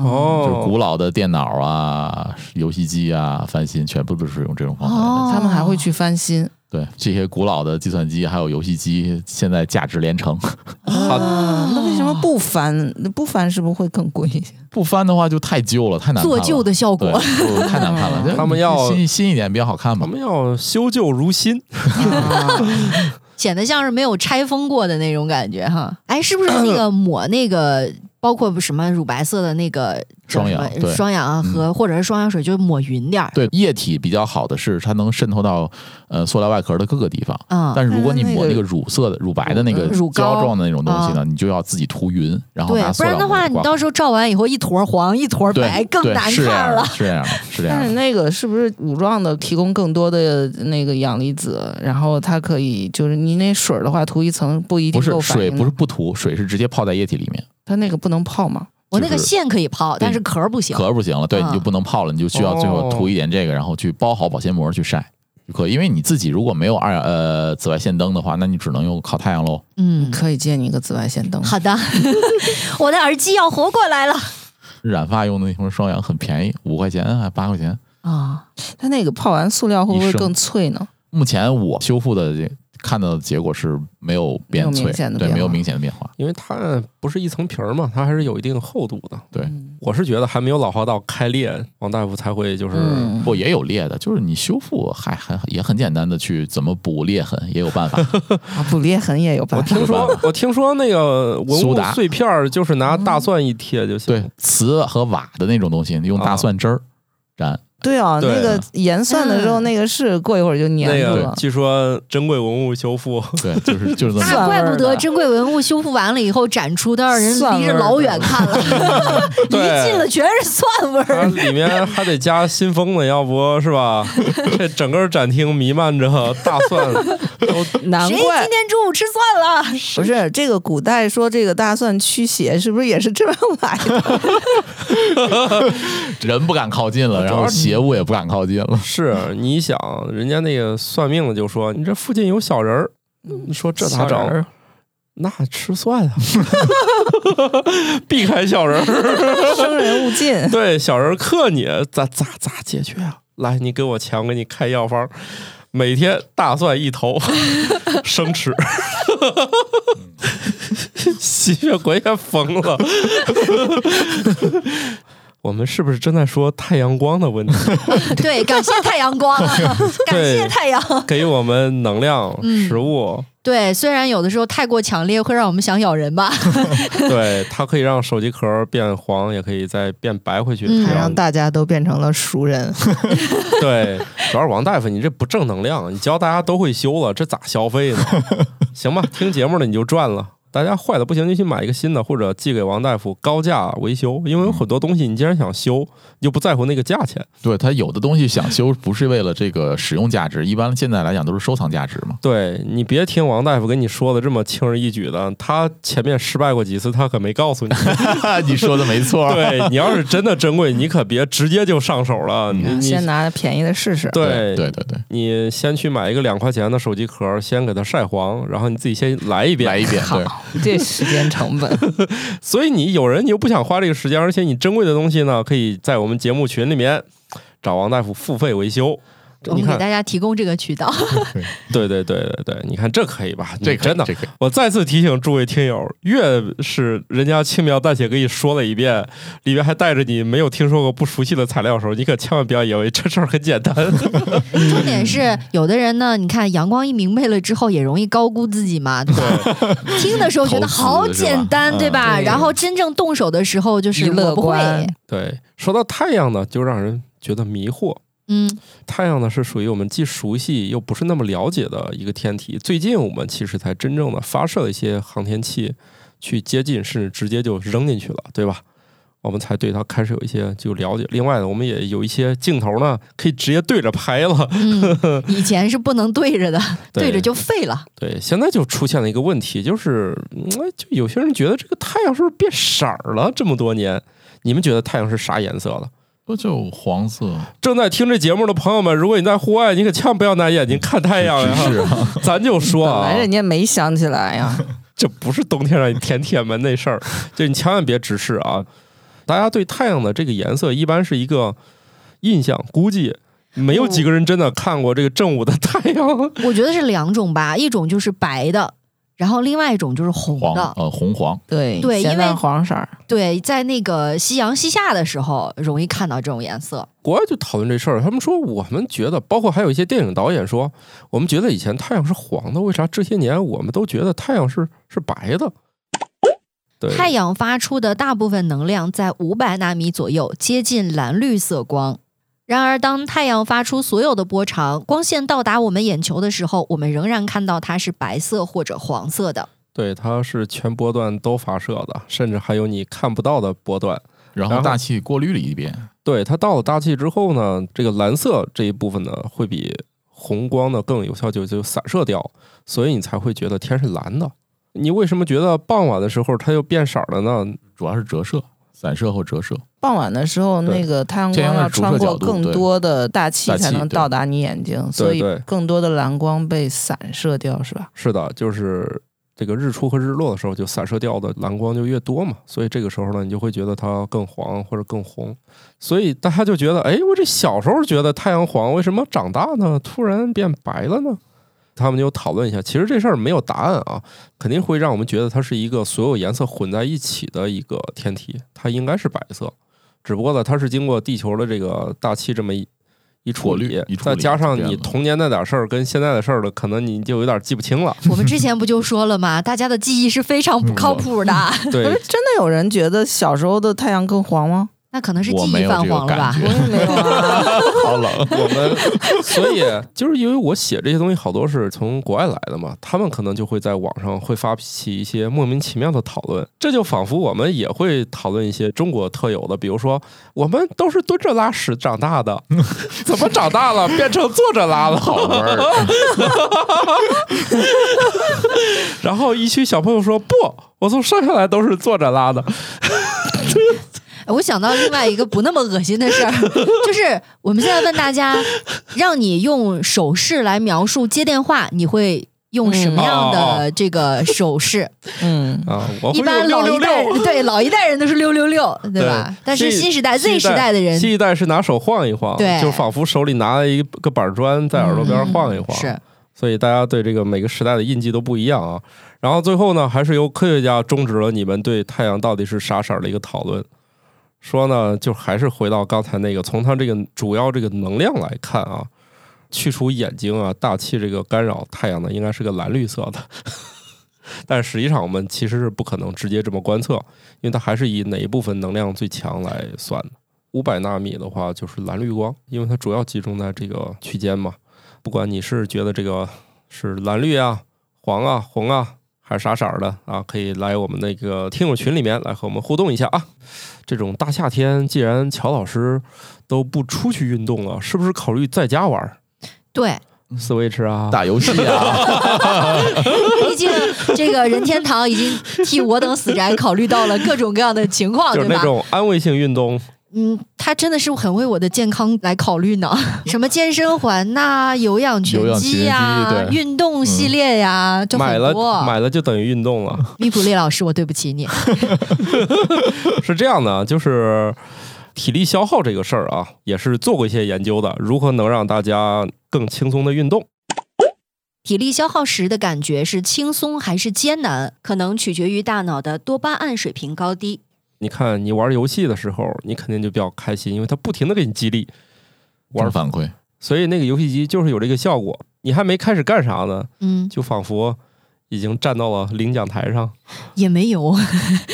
Speaker 5: 哦，
Speaker 3: 就是古老的电脑啊、游戏机啊翻新全部都是用这种方法。
Speaker 1: 哦，
Speaker 5: 他们还会去翻新。
Speaker 3: 对，这些古老的计算机还有游戏机，现在价值连城，
Speaker 4: 好的
Speaker 5: 啊，那为什么不翻？不翻是不是会更贵一些？
Speaker 3: 不翻的话就太旧了，太难看了。
Speaker 1: 做旧的效
Speaker 3: 对，
Speaker 1: 果。
Speaker 3: 就太难 看了。
Speaker 4: 他们要
Speaker 3: 新新一点比较好看
Speaker 4: 我
Speaker 3: 吧？
Speaker 4: 们要修旧如新。
Speaker 1: 显得像是没有拆封过的那种感觉哈。哎，是不是那个抹那个包括什么乳白色的那个叫
Speaker 3: 双
Speaker 1: 什
Speaker 3: 氧
Speaker 1: 么
Speaker 3: 对嗯
Speaker 1: 双氧啊和、或者是双氧水，就是抹匀点儿。
Speaker 3: 对，液体比较好的是它能渗透到呃塑料外壳的各个地方。
Speaker 1: 嗯，
Speaker 3: 但是如果你
Speaker 5: 但是那
Speaker 3: 抹那
Speaker 5: 个
Speaker 3: 个乳色的、乳白的那个
Speaker 1: 乳膏
Speaker 3: 胶状的那种东西呢，你就要自己涂匀，然后
Speaker 1: 对
Speaker 3: 拿，
Speaker 1: 不
Speaker 3: 塑料
Speaker 1: 然的
Speaker 3: 膜
Speaker 1: 话，
Speaker 3: 给
Speaker 1: 你
Speaker 3: 挂
Speaker 1: 到时候照完以后一坨黄一坨白，
Speaker 3: 对
Speaker 1: 更
Speaker 3: 对
Speaker 1: 难
Speaker 3: 是这
Speaker 1: 看
Speaker 3: 样的
Speaker 1: 了。
Speaker 3: 是这样的，是这样
Speaker 5: 但
Speaker 3: 的
Speaker 5: 是。那个是不是武状的提供更多的那个氧离子，然后它可以就是你那水儿的话涂一层不一定
Speaker 3: 不是
Speaker 5: 够反
Speaker 3: 水，
Speaker 5: 应的，
Speaker 3: 不是不涂，水是直接泡在液体里面，
Speaker 5: 它那个不能泡嘛？
Speaker 1: 我那个
Speaker 3: 就是
Speaker 1: 线可以泡，但
Speaker 3: 对
Speaker 1: 是壳儿不行。
Speaker 3: 壳儿不行了，对，
Speaker 1: 嗯
Speaker 3: 你就不能泡了，你就需要最后涂一点这个，然后去包好保鲜膜去晒就可以。因为你自己如果没有二氧呃紫外线灯的话，那你只能用烤太阳喽。
Speaker 1: 嗯，
Speaker 5: 可以借你一个紫外线灯。
Speaker 1: 好的， 我的耳机要活过来了
Speaker 3: 染发用的那什么双氧很便宜，五块钱还八块钱。
Speaker 1: 啊！
Speaker 5: 它那个泡完塑料会不
Speaker 3: 一
Speaker 5: 会
Speaker 3: 升
Speaker 5: 更脆呢？嗯
Speaker 3: 目前我修复的这看到的结果是没有变
Speaker 5: 没有
Speaker 3: 脆
Speaker 5: 明显，的
Speaker 3: 对，
Speaker 5: 变化
Speaker 3: 没有明显的变化。
Speaker 4: 因为它不是一层皮儿嘛，它还是有一定厚度的。
Speaker 3: 对
Speaker 5: 嗯
Speaker 4: 我是觉得还没有老化到开裂，王大夫才会就是、
Speaker 5: 嗯，
Speaker 3: 不也有裂的，就是你修复还还也很简单的去怎么补裂痕也有 办法。
Speaker 5: 啊补裂痕也有办
Speaker 4: 我
Speaker 5: 法。
Speaker 4: 听说，我听说那个文
Speaker 3: 苏
Speaker 4: 物
Speaker 3: 打嗯
Speaker 4: 碎片儿就是拿大蒜一贴就行。
Speaker 3: 对，瓷和瓦的那种东西，你用
Speaker 4: 啊
Speaker 3: 大蒜汁儿 沾，
Speaker 5: 对啊，
Speaker 4: 对
Speaker 5: 那个盐蒜的时候，
Speaker 1: 嗯
Speaker 5: 那个是过一会儿就粘
Speaker 4: 那
Speaker 5: 住
Speaker 4: 个
Speaker 5: 了。
Speaker 4: 据说珍贵文物修 复，
Speaker 3: 对，就是就是这么
Speaker 5: 蒜
Speaker 1: 那
Speaker 5: 味
Speaker 1: 哎怪不
Speaker 5: 儿的
Speaker 1: 得珍贵文物修复完了以后展出，都让人
Speaker 5: 蒜
Speaker 1: 离
Speaker 5: 味
Speaker 1: 着
Speaker 5: 儿
Speaker 1: 老
Speaker 5: 的
Speaker 1: 远看了， 一进了
Speaker 4: 对，
Speaker 1: 全是蒜味
Speaker 4: 它
Speaker 1: 儿。
Speaker 4: 里面还得加新风的，要不是 吧？这整个展厅弥漫着大蒜，
Speaker 5: 难
Speaker 1: 谁
Speaker 5: 怪
Speaker 1: 今天中午吃蒜了？
Speaker 5: 不是这个古代说这个大蒜驱邪，是不是也是这样来的？
Speaker 3: 人不敢靠近了，
Speaker 4: 主
Speaker 3: 然
Speaker 4: 要
Speaker 3: 后
Speaker 4: 是
Speaker 3: 邪物也不敢靠近了。
Speaker 4: 是你想，人家那个算命的就说你这附近有小人儿，你说这咋
Speaker 5: 嗯小
Speaker 4: 整？那吃 蒜啊， 避开小人儿，
Speaker 5: 生人勿近。
Speaker 4: 对小人儿克你，咋咋咋解决啊？来，你给我钱，我给你开药方，每天大蒜一头， 生吃。 吸血鬼也疯了， 我们是不是正在说太阳光的问题？
Speaker 1: 对，感谢太阳光啊，感谢
Speaker 4: 对
Speaker 1: 太阳。
Speaker 4: 给予我们能量、
Speaker 1: 嗯
Speaker 4: 食物，
Speaker 1: 对，虽然有的时候太过强烈会让我们想咬人吧，
Speaker 4: 对，它可以让手机壳变黄，也可以再变白回去。
Speaker 1: 嗯
Speaker 4: 只
Speaker 5: 还
Speaker 4: 要
Speaker 5: 让大家都变成了熟 人，
Speaker 4: 对，主要是王大夫，你这不正能量，你教大家都会修了，这咋消费 呢？行吧，听节目的你就赚了。大家坏的不行就去买一个新的，或者寄给王大夫高价维修，因为有很多东西你既然想修，你就不在乎那个价钱。
Speaker 3: 对，它有的东西想修不是为了这个使用价值，一般现在来讲都是收藏价值嘛。
Speaker 4: 对你别听王大夫跟你说的这么轻而易举的，他前面失败过几次，他可没告 诉你。
Speaker 3: 你说的没错，
Speaker 4: 对你要是真的珍贵，你可别直接就上手了，你你
Speaker 5: 嗯先拿便宜的试试。
Speaker 4: 对
Speaker 3: 对对对，
Speaker 4: 你先去买一个两块钱的手机壳，先给它晒黄，然后你自己先来一遍。
Speaker 3: 来一遍，对，
Speaker 5: 好，这时间成 本
Speaker 4: 所以你有人你又不想花这个时间，而且你珍贵的东西呢，可以在我们节目群里面找王大夫付费维修。
Speaker 1: 我
Speaker 4: 你
Speaker 1: 们给
Speaker 4: 看，
Speaker 1: 大家提供这个渠道。
Speaker 4: 对对对对对，你看这可以吧？你
Speaker 3: 这个
Speaker 4: 真的，
Speaker 3: 这个
Speaker 4: 我再次提醒诸位听友，越是人家轻描淡写给你说了一遍，里面还带着你没有听说过、不熟悉的材料的时候，你可千万不要以为这事儿很简单。
Speaker 1: 重点是，有的人呢，你看阳光一明媚了之后，也容易高估自己嘛，对吧？ 听的时候觉得好简单，
Speaker 3: 投资
Speaker 1: 对
Speaker 3: 是吧
Speaker 1: 吧？
Speaker 5: 嗯对
Speaker 1: 然后真正动手的时候，就是
Speaker 5: 一乐
Speaker 1: 我不会。
Speaker 5: 观
Speaker 4: 对，说到太阳呢，就让人觉得迷惑。
Speaker 1: 嗯，
Speaker 4: 太阳呢是属于我们既熟悉又不是那么了解的一个天体。最近我们其实才真正的发射了一些航天器去接近，甚至直接就扔进去了，对吧？我们才对它开始有一些就了解。另外呢，我们也有一些镜头呢可以直接对着拍了，
Speaker 1: 嗯，以前是不能对着的，对着就废了。
Speaker 4: 对。现在就出现了一个问题，就是嗯就有些人觉得这个太阳是不是变色儿了？这么多年，你们觉得太阳是啥颜色了？
Speaker 3: 不就黄色
Speaker 4: 正在听这节目的朋友们，如果你在户外，你可千万不要拿眼睛看太阳哎呀！
Speaker 3: 是啊，
Speaker 4: 咱就说
Speaker 5: 本
Speaker 4: 啊，
Speaker 5: 来人家没想起来 呀。
Speaker 4: 这不是冬天让你舔铁门那事儿， 就你千万别直视啊！大家对太阳的这个颜色一般是一个印象，估计没有几个人真的看过这个正午的太阳。
Speaker 1: 我觉得是两种吧，一种就是白的，然后另外一种就是红
Speaker 3: 黄
Speaker 1: 的。
Speaker 3: 呃红黄，
Speaker 5: 对
Speaker 1: 对
Speaker 5: 咸
Speaker 1: 因为
Speaker 5: 淡黄色儿，
Speaker 1: 对，在那个夕阳西下的时候，容易看到这种颜色。
Speaker 4: 国外就讨论这事儿，他们说我们觉得，包括还有一些电影导演说，我们觉得以前太阳是黄的，为啥这些年我们都觉得太阳是是白的？对，
Speaker 1: 太阳发出的大部分能量在五百纳米左右，接近蓝绿色光。然而，当太阳发出所有的波长，光线到达我们眼球的时候，我们仍然看到它是白色或者黄色 的。
Speaker 4: 对，它是全波段都发射的，甚至还有你看不到的波段。
Speaker 3: 然
Speaker 4: 然
Speaker 3: 后
Speaker 4: 后
Speaker 3: 大气过滤了一遍，
Speaker 4: 对，它到了大气之后呢，这个蓝色这一部分呢，会比红光呢更有效就就散射掉，所以你才会觉得天是蓝的。你为什么觉得傍晚的时候它又变色儿了呢？
Speaker 3: 主要是折射、散射后折射。
Speaker 5: 傍晚的时候，
Speaker 4: 对
Speaker 5: 那个太阳
Speaker 3: 太
Speaker 5: 光
Speaker 3: 阳的
Speaker 5: 要
Speaker 3: 直射
Speaker 5: 穿过
Speaker 3: 角度
Speaker 5: 更
Speaker 3: 对
Speaker 5: 多的大气
Speaker 3: 大气
Speaker 5: 才能
Speaker 3: 对
Speaker 5: 到达你眼睛，所以
Speaker 4: 对
Speaker 5: 更多的蓝光被散射掉，是吧？
Speaker 4: 是的，就是这个日出和日落的时候，就散射掉的蓝光就越多嘛，所以这个时候呢，你就会觉得它更黄或者更红，所以大家就觉得，哎，我这小时候觉得太阳黄，为什么长大呢，突然变白了呢？他们就讨论一下，其实这事儿没有答案啊，肯定会让我们觉得它是一个所有颜色混在一起的一个天体，它应该是白色，只不过呢，它是经过地球的这个大气这么一一处
Speaker 3: 过滤
Speaker 4: 理
Speaker 3: 一，处
Speaker 4: 再
Speaker 3: 理
Speaker 4: 加上
Speaker 3: 就变
Speaker 4: 你
Speaker 3: 了
Speaker 4: 童年那点事儿跟现在的事儿了，可能你就有点记不清 了。
Speaker 1: 我们之前不就说了吗？大家的记忆是非常不靠谱 的，
Speaker 5: 不是
Speaker 4: 对，
Speaker 5: 真的有人觉得小时候的太阳更黄吗？
Speaker 1: 那可能是
Speaker 3: 我
Speaker 1: 记
Speaker 3: 没
Speaker 1: 忆
Speaker 3: 有
Speaker 1: 泛
Speaker 3: 这个
Speaker 1: 黄了吧
Speaker 3: 感？觉，
Speaker 5: 也没有 啊。
Speaker 3: 好冷。
Speaker 4: 我们 所以就是因为我写这些东西好多是从国外来的嘛，他们可能就会在网上会发起一些莫名其妙的讨论，这就仿佛我们也会讨论一些中国特有的，比如说我们都是蹲着拉屎长大的， 怎么长大了变成坐着拉了？
Speaker 3: 好玩儿，
Speaker 4: 然后一群小朋友说不，我从生下来都是坐着拉的，
Speaker 1: 哎我想到另外一个不那么恶心的 事儿，就是我们现在问大家，让你用手势来描述接电话，你会用什么样
Speaker 3: 嗯哦
Speaker 1: 的这个手势？
Speaker 5: 嗯，
Speaker 4: 啊，我会
Speaker 1: 一般
Speaker 4: 六
Speaker 1: 老
Speaker 4: 六
Speaker 1: 一代
Speaker 4: 六。
Speaker 1: 对老一代人都是六六 六，对吧？但是
Speaker 4: 新
Speaker 1: 新时代
Speaker 4: 新
Speaker 1: Z
Speaker 4: 一
Speaker 1: 时代的人
Speaker 4: 新一代是拿手晃一晃，
Speaker 1: 对嗯
Speaker 4: 就仿佛手里拿了一个板砖在耳朵边晃一晃，
Speaker 1: 是
Speaker 4: 所以大家对这个每个时代的印记都不一样啊。然后最后呢，还是由科学家终止了你们对太阳到底是啥色儿的一个讨论，说呢，就还是回到刚才那个，从它这个主要这个能量来看啊，去除眼睛啊、大气这个干扰，太阳呢应该是个蓝绿色的。 但实际上，我们其实是不可能直接这么观测，因为它还是以哪一部分能量最强来算的。五百纳米的话就是蓝绿光，因为它主要集中在这个区间嘛。不管你是觉得这个是蓝绿啊、黄啊、红啊，还是啥色儿的啊，可以来我们那个听友群里面来和我们互动一下啊。这种大夏天，既然乔老师都不出去运动了，是不是考虑在家玩儿
Speaker 1: 对，
Speaker 4: Switch 啊？
Speaker 3: 打游戏啊，
Speaker 1: 毕竟这个任天堂已经替我等死宅考虑到了各种各样的情况，
Speaker 4: 就
Speaker 1: 哦
Speaker 4: 是
Speaker 1: 对
Speaker 4: 那
Speaker 1: 吧？
Speaker 4: 种安慰性运动，
Speaker 1: 嗯，他真的是很为我的健康来考虑呢。 什么健身环呐、有氧拳
Speaker 3: 有氧拳
Speaker 1: 击呀、
Speaker 3: 击对
Speaker 1: 运动系列呀、就
Speaker 4: 嗯买
Speaker 1: 很
Speaker 4: 了
Speaker 1: 多。啊
Speaker 4: 买了就等于运动了。
Speaker 1: 米普利老师，我对不起你。
Speaker 4: 是这样的啊，就是体力消耗这个事儿啊，也是做过一些研究的，如何能让大家更轻松的运动。
Speaker 1: 体力消耗时的感觉是轻松还是艰难，可能取决于大脑的多巴胺水平高低。
Speaker 4: 你看，你玩游戏的时候，你肯定就比较开心，因为它不停的给你激励玩
Speaker 3: 玩
Speaker 4: 儿，
Speaker 3: 反馈，
Speaker 4: 所以那个游戏机就是有这个效果。你还没开始干啥呢，
Speaker 1: 嗯，
Speaker 4: 就仿佛已经站到了领奖台上。
Speaker 1: 也没有。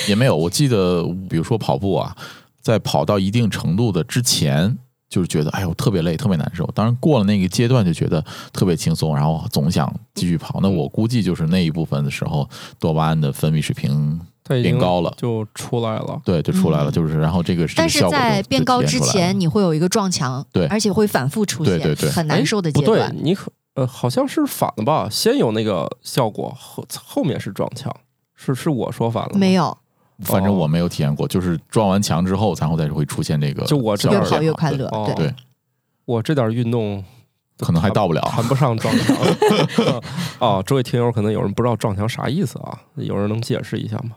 Speaker 3: 也没有。我记得，比如说跑步啊，在跑到一定程度的之前，就是觉得哎呦特别累，特别难受。当然过了那个阶段，就觉得特别轻松，然后总想继续
Speaker 1: 嗯
Speaker 3: 跑。那我估计就是那一部分的时候，多巴胺的分泌水平
Speaker 4: 它已
Speaker 3: 变
Speaker 4: 经
Speaker 3: 高了，
Speaker 4: 就出来了。
Speaker 3: 对，就出来了。
Speaker 1: 嗯
Speaker 3: 就是然后这个
Speaker 1: 但
Speaker 3: 这
Speaker 1: 是
Speaker 3: 个效果
Speaker 1: 在
Speaker 3: 就
Speaker 1: 变高之，
Speaker 3: 就体现出来
Speaker 1: 前，
Speaker 3: 了哦
Speaker 1: 你会有一个撞墙，
Speaker 3: 对
Speaker 1: 而且会反复出现，
Speaker 3: 对对对
Speaker 1: 很难受的
Speaker 4: 哎不
Speaker 1: 阶
Speaker 4: 对
Speaker 1: 段。，
Speaker 4: 你可呃好像是反了吧？先有那个效果，后后面是撞墙，是是我说反了吗
Speaker 1: 没有，
Speaker 3: 反正我没有体验过，就是撞完墙之后，然后再会出现这个
Speaker 4: 就我这
Speaker 3: 效
Speaker 4: 边
Speaker 1: 越
Speaker 3: 果变好，
Speaker 1: 跑越快乐。
Speaker 4: 哦
Speaker 1: 对，
Speaker 3: 对，
Speaker 4: 我这点运动
Speaker 3: 对，可能还到不了。
Speaker 4: 谈不上撞墙。 哦，这位听友可能有人不知道撞墙啥意思啊，有人能解释一下吗？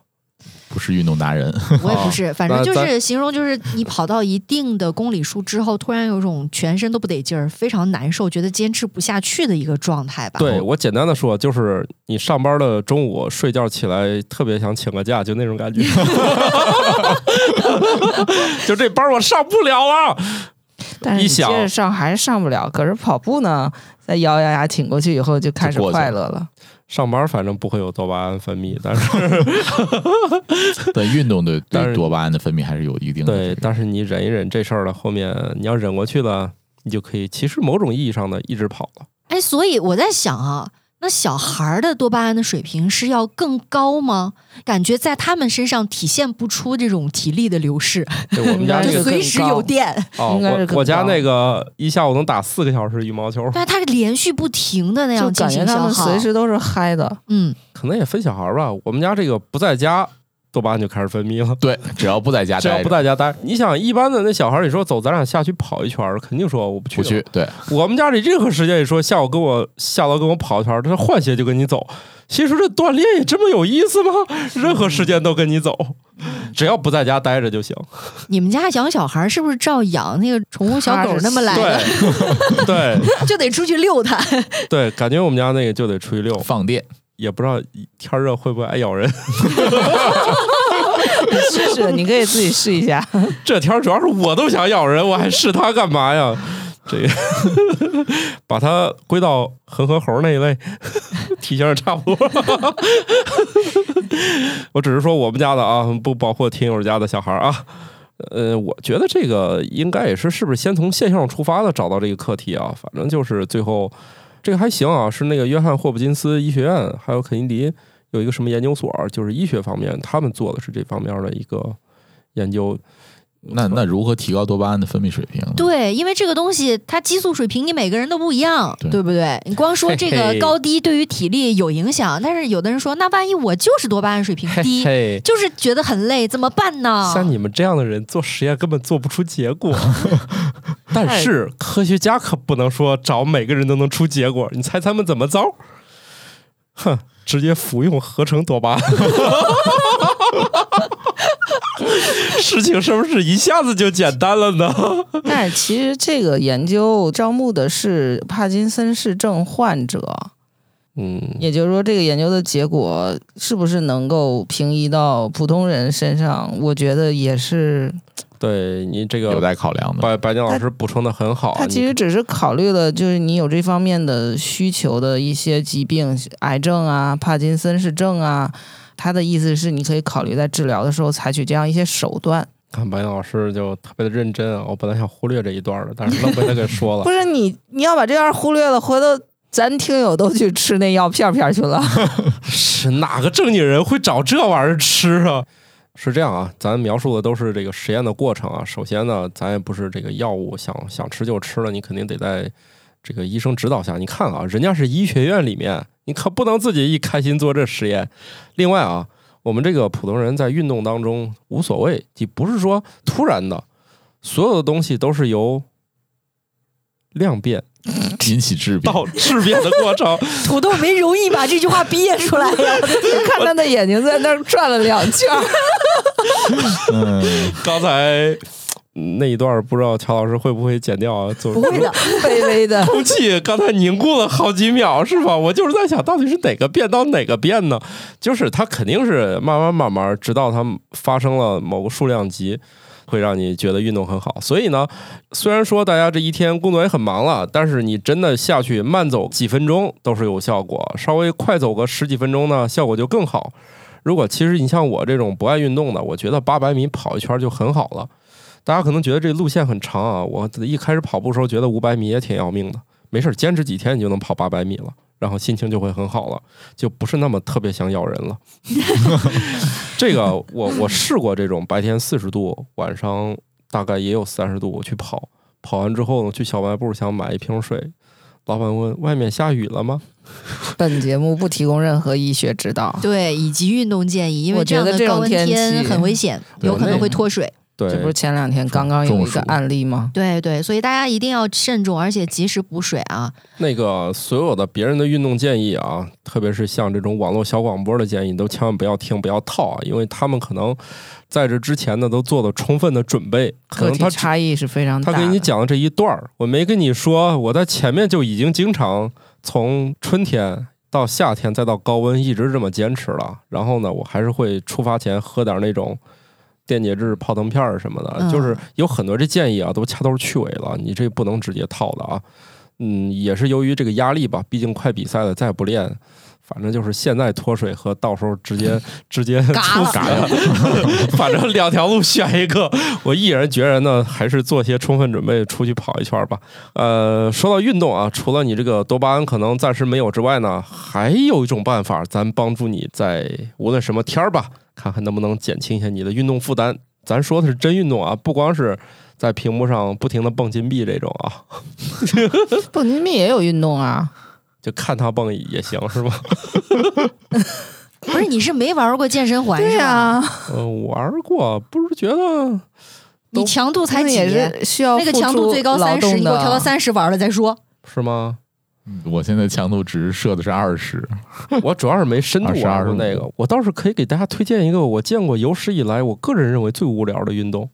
Speaker 3: 不是运动达人，
Speaker 1: 我也不是，反正
Speaker 4: 那
Speaker 1: 就
Speaker 4: 咱
Speaker 1: 是形容，就是你跑到一定的公里数之后，突然有种全身都不得劲儿，非常难受，觉得坚持不下去的一个状态吧。
Speaker 4: 对我简单的说，就是你上班的中午睡觉起来特别想请个假，就那种感觉。 就这班我上不了啊！
Speaker 5: 但是
Speaker 4: 一
Speaker 5: 你接
Speaker 4: 想
Speaker 5: 着上还是上不了，可是跑步呢，在咬咬牙挺过去以后就开始
Speaker 3: 就过去了
Speaker 5: 快乐了。
Speaker 4: 上班反正不会有多巴胺分泌，但是
Speaker 3: 但运动对
Speaker 4: 但
Speaker 3: 对
Speaker 4: 是
Speaker 3: 多巴胺的分泌还是有一定的
Speaker 4: 对，但是你忍一忍这事儿了，后面你要忍过去了，你就可以其实某种意义上的一直跑了。
Speaker 1: 哎，所以我在想啊，那小孩儿的多巴胺的水平是要更高吗？感觉在他们身上体现不出这种体力的流逝，
Speaker 4: 对我们
Speaker 5: 应
Speaker 4: 家
Speaker 5: 该是
Speaker 4: 这
Speaker 1: 就
Speaker 4: 个
Speaker 5: 更
Speaker 1: 随时
Speaker 5: 高
Speaker 1: 有电。
Speaker 4: 哦
Speaker 5: 应该是，
Speaker 4: 我
Speaker 5: 更
Speaker 4: 我家
Speaker 5: 高
Speaker 4: 那个一下午能打四个小时羽毛球，
Speaker 1: 但是啊他是连续不停的那
Speaker 5: 就
Speaker 1: 样进
Speaker 5: 感觉
Speaker 1: 行
Speaker 5: 他
Speaker 1: 消
Speaker 5: 们
Speaker 1: 耗，
Speaker 5: 随时都是 嗨的。
Speaker 1: 嗯，
Speaker 4: 可能也分小孩儿吧。我们家这个不在家，多巴胺就开始分泌了。
Speaker 3: 对，只要不在家
Speaker 4: 只要
Speaker 3: 待
Speaker 4: 不
Speaker 3: 着，
Speaker 4: 在家待，你想一般的那小孩儿，你说走，咱俩下去跑一圈儿，肯定说我不去。
Speaker 3: 不去。对，
Speaker 4: 我们家里任何时间，你说下午跟我下楼跟我跑一圈儿，他换鞋就跟你走。心说这锻炼也这么有意思吗？任何时间都跟你走，只要不在家待着就行。
Speaker 1: 你们家养小孩儿是不是照养那个宠物小狗那么来的，
Speaker 4: 对对
Speaker 1: 就得出去遛 它？
Speaker 4: 对，感觉我们家那个就得出去遛，
Speaker 3: 放电，
Speaker 4: 也不知道天儿热会不会哎爱咬人。
Speaker 5: 试试，你可以自己试一 下。
Speaker 4: 这天儿主要是我都想咬人，我还试它干嘛呀？这个把它归到恒河猴那一类，体型也差不多。 我只是说我们家的啊，不包括听友家的小孩儿啊。呃，我觉得这个应该也是，是不是先从现象出发的找到这个课题啊？反正就是最后这个还行啊，是那个约翰霍普金斯医学院还有肯尼迪有一个什么研究所，就是医学方面，他们做的是这方面的一个研究。
Speaker 3: 那那如何提高多巴胺的分泌水平呢？
Speaker 1: 对，因为这个东西它激素水平，你每个人都不一样，
Speaker 3: 对
Speaker 1: 对不对？你光说这
Speaker 4: 嘿
Speaker 1: 个
Speaker 4: 嘿
Speaker 1: 高低对于体力有影响，但是有的人说，那万一我就是多巴胺水平低，
Speaker 4: 嘿
Speaker 1: 就是觉得很累，怎么办
Speaker 5: 啊
Speaker 1: 呢？
Speaker 4: 像你们这样的人做实验根本做不出结 果，但
Speaker 5: 太
Speaker 4: 是科学家可不能说找每个人都能出结果。你猜他们怎么招？哼，直接服用合成多巴胺。事情是不是一下子就简单了呢？
Speaker 5: 但是其实这个研究招募的是帕金森氏症患者，
Speaker 4: 嗯，
Speaker 5: 也就是说，这个研究的结果是不是能够平移到普通人身上，我觉得也是。
Speaker 4: 对你这
Speaker 3: 有
Speaker 4: 个
Speaker 3: 待考量的。
Speaker 4: 白白鸟老师补充的很好，
Speaker 5: 他其实只是考虑了，就是你有这方面的需求的一些疾病，癌症啊、帕金森氏症啊。他的意思是，你可以考虑在治疗的时候采取这样一些手段。
Speaker 4: 看白鸟老师就特别的认真啊。我本来想忽略这一段的，但是愣被他给说了
Speaker 5: 不。是你，你要把这样忽略了，回头咱听友都去吃那药片片去 了。
Speaker 4: 是哪个正经人会找这玩意儿吃啊？是这样啊，咱描述的都是这个实验的过程啊。首先呢，咱也不是这个药物想想吃就吃了，你肯定得在这个医生指导下。你看啊，人家是医学院里面，你可不能自己一开心做这实验。另外啊，我们这个普通人在运动当中无所谓，你不是说突然的，所有的东西都是由量变
Speaker 3: 引起质变，
Speaker 4: 到质变的过程。
Speaker 1: 土豆没容易把这句话憋出来 呀。
Speaker 5: 看他的眼睛在那儿转了两圈儿，
Speaker 3: 嗯，
Speaker 4: 刚才嗯那一段儿不知道乔老师会不会剪掉啊？ 不
Speaker 1: 不会的，
Speaker 5: 微微 的。
Speaker 4: 空气刚才凝固了好几秒，是吧？我就是在想，到底是哪个变到哪个变呢？就是它肯定是慢慢慢慢，直到它发生了某个数量级，会让你觉得运动很好。所以呢， 虽然说大家这一天工作也很忙了，但是你真的下去慢走几分钟都是有效果，稍微快走个十几分钟呢，效果就更好。如果其实你像我这种不爱运动的，我觉得八百米跑一圈就很好了。大家可能觉得这路线很长啊，我一开始跑步的时候觉得五百米也挺要命的，没事儿，坚持几天你就能跑八百米了，然后心情就会很好了，就不是那么特别想咬人了。 这个我我试过这种白天四十度，晚上大概也有三十度，我去跑，跑完之后呢，去小卖部想买一瓶水，老板问外面下雨了吗？
Speaker 5: 本节目不提供任何医学指导。
Speaker 1: 对，以及运动建议，因为
Speaker 5: 我觉
Speaker 1: 样
Speaker 5: 得这
Speaker 1: 的
Speaker 5: 种
Speaker 1: 高温
Speaker 5: 天
Speaker 1: 天
Speaker 5: 气
Speaker 1: 很危险，
Speaker 3: 对
Speaker 1: 有可能
Speaker 4: 那
Speaker 1: 会脱水。
Speaker 4: 对，
Speaker 5: 这不是前两天刚刚有一
Speaker 3: 中暑
Speaker 5: 个案例吗？
Speaker 1: 对对，所以大家一定要慎重，而且及时补水啊。
Speaker 4: 那个所有的别人的运动建议啊，特别是像这种网络小广播的建议，你都千万不要听，不要套啊，因为他们可能在这之前呢都做了充分的准备，可
Speaker 5: 个
Speaker 4: 能
Speaker 5: 体
Speaker 4: 他只
Speaker 5: 差异是非常大
Speaker 4: 他
Speaker 5: 的。
Speaker 4: 给你讲的这一段儿，我没跟你说，我在前面就已经经常从春天到夏天再到高温一直这么坚持了。然后呢，我还是会出发前喝点那种电解质泡腾片儿什么的，
Speaker 1: 嗯
Speaker 4: 就是有很多这建议啊都掐头去尾了，你这不能直接套的啊。嗯，也是由于这个压力吧，毕竟快比赛了，再不练，反正就是现在脱水和到时候 直接直接
Speaker 7: 嘎了
Speaker 4: 猝死， 反正两条路选一个。我毅然决然的还是做些充分准备，出去跑一圈吧。呃，说到运动啊，除了你这个多巴胺可能暂时没有之外呢，还有一种办法，咱帮助你在无论什么天儿吧，看看能不能减轻一下你的运动负担。咱说的是真运动啊，不光是在屏幕上不停的蹦金币这种啊，
Speaker 5: 蹦极蜜也有运动啊，
Speaker 4: 就看他蹦也行是吗？
Speaker 1: 不是，你是没玩过健身环
Speaker 5: 对啊
Speaker 1: 是
Speaker 5: 呀、
Speaker 1: 吧？
Speaker 4: 呃，玩过，不是觉得都
Speaker 1: 你强度才
Speaker 5: 那
Speaker 1: 几？
Speaker 5: 也是需要
Speaker 1: 那个强
Speaker 5: 付
Speaker 1: 度
Speaker 5: 出
Speaker 1: 最高
Speaker 5: 劳
Speaker 1: 三十，
Speaker 5: 动
Speaker 1: 你给我调到
Speaker 5: 的
Speaker 1: 三十玩了再说。
Speaker 4: 是吗？
Speaker 3: 嗯我现在强度值设的是二十，
Speaker 4: 我主要是没深度
Speaker 3: 22
Speaker 4: 玩过那个
Speaker 3: 25，
Speaker 4: 我倒是可以给大家推荐一个我见过有史以来我个人认为最无聊的运动，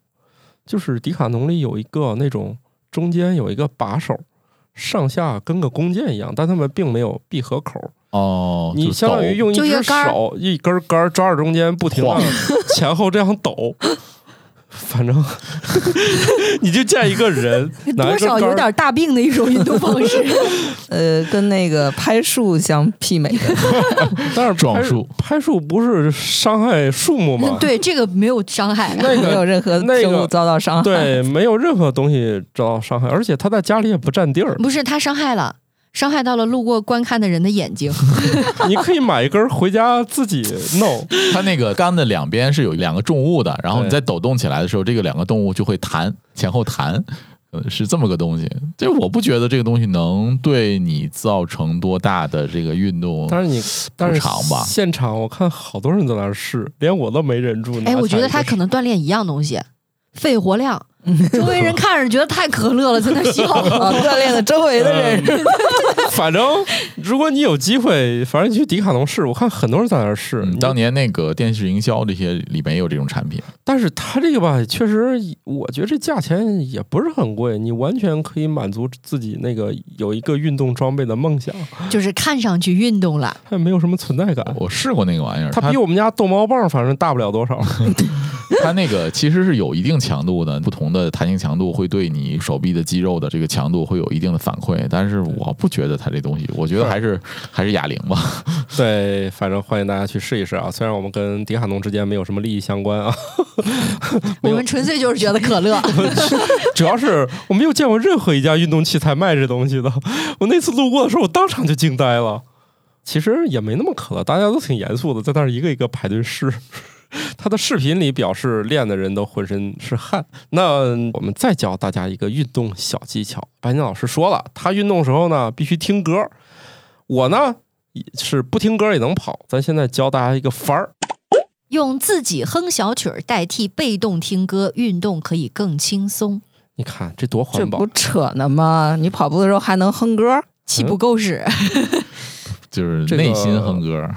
Speaker 4: 就是迪卡侬里有一个那种中间有一个把手，上下跟个弓箭一样，但他们并没有闭合口，
Speaker 3: 哦，
Speaker 4: 你
Speaker 3: 就
Speaker 4: 相当于
Speaker 3: 抖
Speaker 4: 用一
Speaker 1: 就一
Speaker 4: 只
Speaker 1: 个杆儿
Speaker 4: 手一根杆儿抓着中间，不停的
Speaker 3: 晃
Speaker 4: 前后这样抖。反正 你就见一个人拿
Speaker 1: 多
Speaker 4: 一根
Speaker 1: 少
Speaker 4: 杆
Speaker 1: 有
Speaker 4: 儿，
Speaker 1: 点大病的一种运动方 式。
Speaker 5: 呃，跟那个拍树相媲美的，
Speaker 4: 但是
Speaker 3: 撞
Speaker 4: 拍
Speaker 3: 树
Speaker 4: 拍树不是伤害树木吗？
Speaker 1: 对，这个没有伤害。
Speaker 4: 那
Speaker 5: 没有
Speaker 4: 个
Speaker 5: 任何
Speaker 4: 那
Speaker 5: 生
Speaker 4: 个
Speaker 5: 物遭到伤害。
Speaker 4: 对，没有任何东西遭到伤害，而且他在家里也不占地 儿
Speaker 1: 。不是他伤害了，伤害到了路过观看的人的眼睛。
Speaker 4: 你可以买一根儿回家自己弄。
Speaker 1: 嗯
Speaker 3: 它那个杆的两边是有两个重物的，然后你
Speaker 4: 对
Speaker 3: 在抖动起来的时候，这个两个动物就会弹前后弹，呃，是这么个东西。这我不觉得这个东西能对你造成多大的这个运动，
Speaker 4: 但是你，但是
Speaker 3: 长吧
Speaker 4: 现场我看好多人在那儿试，连我都没忍住。
Speaker 1: 哎，
Speaker 4: 拿
Speaker 1: 我
Speaker 4: 起
Speaker 1: 觉
Speaker 4: 来
Speaker 1: 得
Speaker 4: 嗯啊一
Speaker 1: 他
Speaker 4: 个
Speaker 1: 可能锻炼一样东西，肺活量。周围人看着觉得太可乐了，在那 笑。
Speaker 5: 啊，锻炼了周围的
Speaker 4: 嗯
Speaker 5: 人，
Speaker 4: 反正如果你有机会，反正你去迪卡侬试，我看很多人在那儿试。
Speaker 3: 嗯，
Speaker 4: 你
Speaker 3: 当年那个电视营销这些里面也有这种产品，
Speaker 4: 但是它这个吧，确实，我觉得这价钱也不是很贵，你完全可以满足自己那个有一个运动装备的梦想，
Speaker 1: 就是看上去运动了，
Speaker 4: 它也没有什么存在感。
Speaker 3: 我试过那个玩意儿，
Speaker 4: 它
Speaker 3: 哦它
Speaker 4: 比我们家逗猫棒反正大不了多少。
Speaker 3: 它那个其实是有一定强度的，不同的弹性强度会对你手臂的肌肉的这个强度会有一定的反馈，但是我不觉得它这东西，我觉得
Speaker 4: 是
Speaker 3: 还是还是哑铃吧。
Speaker 4: 对，反正欢迎大家去试一试啊！虽然我们跟迪卡侬之间没有什么利益相关啊，
Speaker 1: 我们纯粹就是觉得可乐。
Speaker 4: 主要是我没有见过任何一家运动器材卖这东西的。我那次路过的时候，我当场就惊呆了。其实也没那么可乐，大家都挺严肃的，在那儿一个一个排队试。 他的视频里表示，练的人都浑身是汗。那我们再教大家一个运动小技巧。白宁老师说了，他运动的时候呢必须听歌，我呢也是不听歌也能跑。咱现在教大家一个法儿，
Speaker 1: 用自己哼小曲儿代替被动听歌，运动可以更轻松。
Speaker 4: 你看这多环
Speaker 5: 这
Speaker 4: 保
Speaker 5: 不！扯呢吗？你跑步的时候还能哼歌？
Speaker 1: 气
Speaker 4: 嗯
Speaker 1: 不够使，
Speaker 3: 就是
Speaker 4: 这个
Speaker 3: 内心哼歌，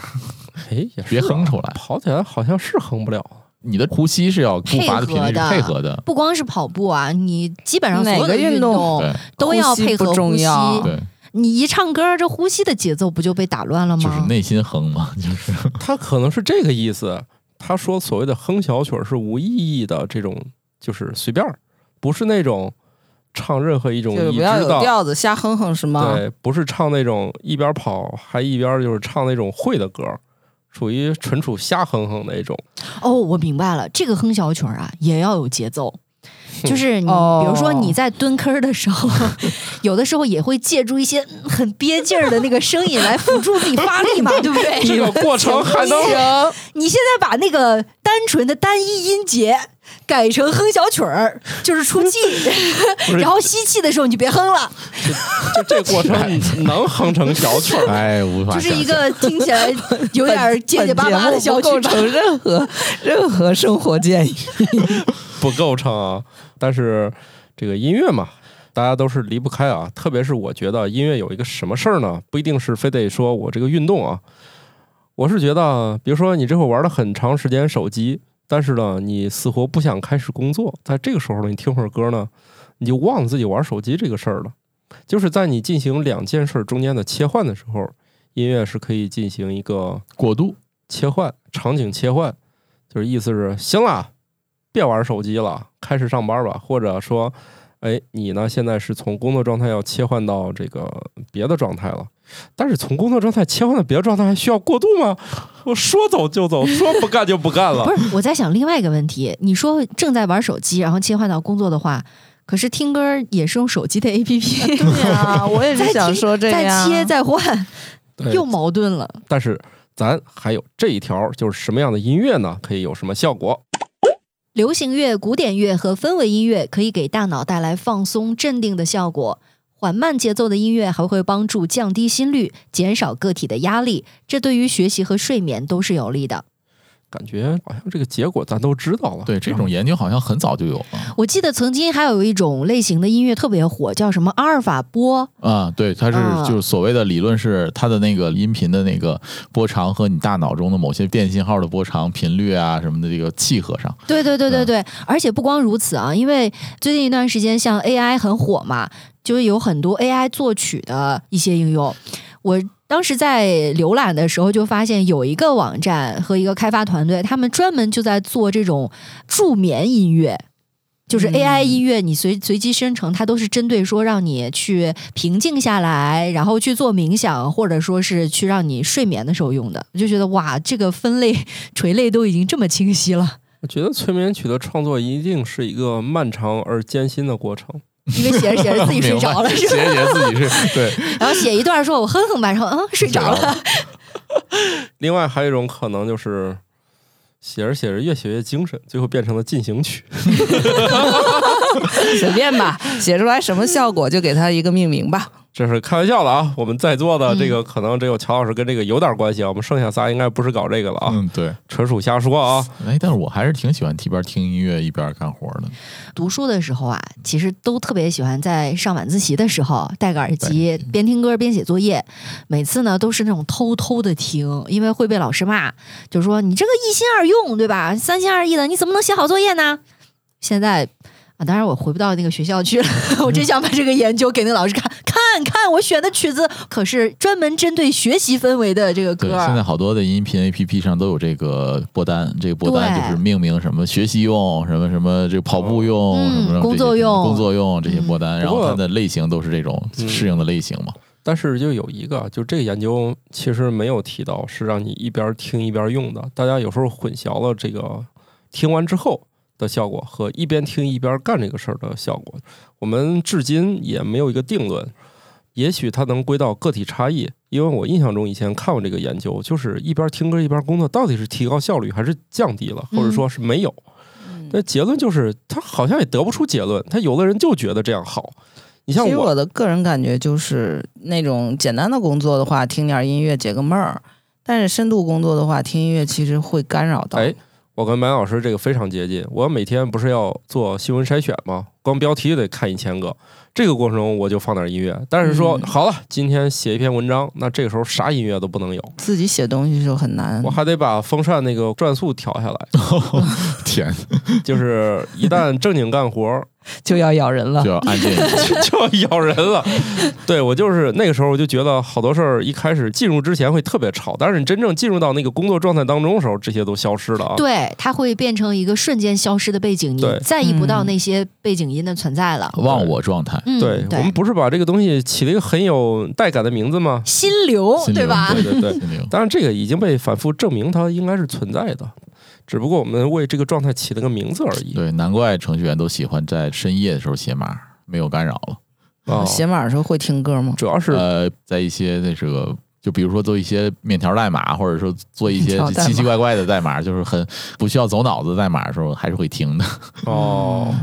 Speaker 4: 哎，也是啊
Speaker 3: 别哼出来
Speaker 4: 跑起来好像是哼不了。
Speaker 3: 你的呼吸是要步伐的频率是配
Speaker 1: 配
Speaker 3: 合
Speaker 1: 合
Speaker 3: 的，
Speaker 1: 不光是跑步啊，你基本上所有
Speaker 5: 哪
Speaker 1: 的
Speaker 5: 个运
Speaker 1: 运
Speaker 5: 动
Speaker 3: 对
Speaker 1: 都要配合嗯
Speaker 5: 呼吸不重要
Speaker 3: 对，
Speaker 1: 你一唱歌，这呼吸的节奏不就被打乱了
Speaker 3: 就是
Speaker 1: 吗？
Speaker 3: 内心哼嘛，就是，
Speaker 4: 他可能是这个意思。他说所谓的哼小曲儿是无意义的，这种就是随便儿，不是那种唱任何一种
Speaker 5: 就是
Speaker 4: 已
Speaker 5: 不要
Speaker 4: 知
Speaker 5: 有
Speaker 4: 的，
Speaker 5: 调子瞎哼哼是吗？
Speaker 4: 对，不是唱那种一边跑还一边就是唱那种会的歌儿，属于纯属瞎哼哼那种。
Speaker 1: 哦，我明白了，这个哼小曲儿啊，也要有节 奏。就是你，
Speaker 5: 哦
Speaker 1: 比如说你在蹲坑儿的时 候，有的时候也会借助一些嗯很憋劲儿的那个声音来辅助自己发 力嘛，对不对？
Speaker 4: 这个过程还能
Speaker 5: 行，
Speaker 1: 你现在把那个单纯的单一音节改成哼小曲儿，就是出 气，
Speaker 4: 是
Speaker 1: 然后吸气的时候你就别哼了，
Speaker 4: 就这过程你能哼成小曲儿
Speaker 3: 哎，无法
Speaker 1: 就
Speaker 3: 想象。
Speaker 1: 是一个听起来有点结结巴巴的小
Speaker 5: 本节目
Speaker 1: 曲吧。
Speaker 5: 不构 成任何任何生活建议。
Speaker 4: 不构成啊。但是这个音乐嘛，大家都是离不开啊。特别是我觉得音乐有一个什么事儿呢，不一定是非得说我这个运动啊。我是觉得，比如说你这会儿玩了很长时间手机，但是呢，你死活不想开始工作，在这个时候呢，你听会儿歌呢，你就忘了自己玩手机这个事儿了。就是在你进行两件事儿中间的切换的时候，音乐是可以进行一个
Speaker 3: 过渡，
Speaker 4: 切换场景切换，啊就是意思是行了，别玩手机了，开始上班吧，或者说，哎，你呢现在是从工作状态要切换到这个别的状态了，但是从工作状态切换到别的状态还需要过渡吗？我说走就走，说不干就不干了
Speaker 7: 不。是，我在想另外一个问题，你说正在玩手机，然后切换到工作的话，可是听歌也是用手机的 APP，
Speaker 5: 对啊，我也是想说这
Speaker 7: 再
Speaker 5: 样。
Speaker 7: 切再换
Speaker 4: 对
Speaker 7: 又矛盾了。
Speaker 4: 但是咱还有这一条，就是什么样的音乐呢，可以有什么效果？
Speaker 1: 流行乐、古典乐和氛围音乐可以给大脑带来放松、镇定的效果。缓慢节奏的音乐还会帮助降低心率，减少个体的压力，这对于学习和睡眠都是有利的。
Speaker 4: 感觉好像这个结果咱都知道了。啊
Speaker 3: 对，这种研究好像很早就有了
Speaker 1: 我记得曾经还有一种类型的音乐特别火，叫什么阿尔法波，
Speaker 3: 啊。对，它
Speaker 1: 啊
Speaker 3: 是就是所谓的理论是它的那个音频的那个波长和你大脑中的某些电信号的波长、频率啊什么的这个契合上。
Speaker 1: 对对对对对，而且不光如此啊，因为最近一段时间，像 AI 很火嘛，就是有很多 AI 作曲的一些应用。我当时在浏览的时候就发现，有一个网站和一个开发团队，他们专门就在做这种助眠音乐。就是 AI 音乐，你随随机生成，它都是针对说让你去平静下来，然后去做冥想，或者说是去让你睡眠的时候用的。我就觉得哇，这个分类 垂类都已经这么清晰了。
Speaker 4: 我觉得催眠曲的创作一定是一个漫长而艰辛的过程。
Speaker 1: 因为写着写着自己睡着了，
Speaker 3: 明
Speaker 1: 是
Speaker 3: 白写
Speaker 1: 吧？
Speaker 3: 着写着自己是 对
Speaker 1: 然后写一段说我哼哼吧，然后嗯睡着
Speaker 3: 啊
Speaker 1: 了。
Speaker 4: 另外还有一种可能就是写着写着越写越精神，最后变成了进行曲。
Speaker 5: 随便 吧，写出来什么效果就给它一个命名吧。
Speaker 4: 这是开玩笑的啊！我们在座的这个可能只有乔老师跟这个有点关系啊，我们剩下仨应该不是搞这个了啊，
Speaker 3: 嗯对。
Speaker 4: 纯属瞎说啊。
Speaker 3: 哎，但是我还是挺喜欢一边听音乐一边干活的。
Speaker 1: 读书的时候啊，其实都特别喜欢在上晚自习的时候戴个耳机，
Speaker 3: 嗯
Speaker 1: 边听歌边写作业。每次呢都是那种偷偷的听，因为会被老师骂，就说你这个一心二用，对吧？三心二意的，你怎么能写好作业呢？现在啊，当然我回不到那个学校去了， 我
Speaker 3: 嗯
Speaker 1: 真想把这个研究给那个老师看看看，我选的曲子可是专门针对学习氛围的这个
Speaker 3: 对，
Speaker 1: 歌儿。
Speaker 3: 现在好多的音频 A P P 上都有这个播单，这个播单
Speaker 1: 对
Speaker 3: 就是命名什么学习用，什么什么这个跑步用，
Speaker 1: 嗯
Speaker 3: 什么什么这些
Speaker 1: 工作用
Speaker 3: 工作用这些播单，然
Speaker 4: 不
Speaker 3: 后
Speaker 4: 过
Speaker 3: 它的类型都是这种
Speaker 4: 嗯
Speaker 3: 适应的类型嘛。
Speaker 4: 但是就有一个，就这个研究其实没有提到是让你一边听一边用的，大家有时候混淆了这个听完之后的效果和一边听一边干这个事儿的效果。我们至今也没有一个定论，也许它能归到个体差异，因为我印象中以前看过这个研究，就是一边听歌一边工作到底是提高效率还是降低了，或者说是没有。
Speaker 5: 嗯
Speaker 4: 那结论就是，他好像也得不出结论。他有的人就觉得这样好，你像
Speaker 5: 其实
Speaker 4: 我
Speaker 5: 我的个人感觉就是，那种简单的工作的话，听点音乐解个闷儿；但是深度工作的话，听音乐其实会干扰到。
Speaker 4: 哎，我跟白老师这个非常接近。我每天不是要做新闻筛选吗？光标题就得看一千个，这个过程中我就放点音乐。但是说、
Speaker 5: 嗯
Speaker 4: 好了，今天写一篇文章，那这个时候啥音乐都不能有，
Speaker 5: 自己写东西的时候很难
Speaker 4: 我。还得把风扇那个转速调下来。
Speaker 3: 天，
Speaker 4: 就是一旦正经干活儿，
Speaker 5: 就要咬人了
Speaker 3: 就。要按这个
Speaker 4: 就要咬人了。对我就是那个时候，我就觉得好多事儿一开始进入之前会特别吵，但是你真正进入到那个工作状态当中的时候，这些都消失了啊。
Speaker 1: 对，它会变成一个瞬间消失的背景音
Speaker 4: 对，
Speaker 1: 在意不到
Speaker 5: 嗯
Speaker 1: 那些背景音的存在了。
Speaker 3: 忘我状态。
Speaker 1: 嗯，
Speaker 4: 对我们不是把这个东西起了一个很有带感的名字吗？
Speaker 1: 心流，
Speaker 3: 心
Speaker 1: 哦对
Speaker 3: 灵
Speaker 1: 吧？
Speaker 4: 对对对
Speaker 3: 心灵
Speaker 4: 当然，这个已经被反复证明它应该是存在的，只不过我们为这个状态起了个名字而已。
Speaker 3: 对，难怪程序员都喜欢在深夜的时候写码，没有干扰了。
Speaker 4: 啊，
Speaker 5: 写码的时候会听歌吗？
Speaker 4: 主要是
Speaker 3: 呃，在一些那是个，就比如说做一些面条代码，或者说做一些
Speaker 5: 面条代码
Speaker 3: 奇奇怪怪的代码，就是很不需要走脑子的代码的时候，还是会听 的。
Speaker 4: 哦，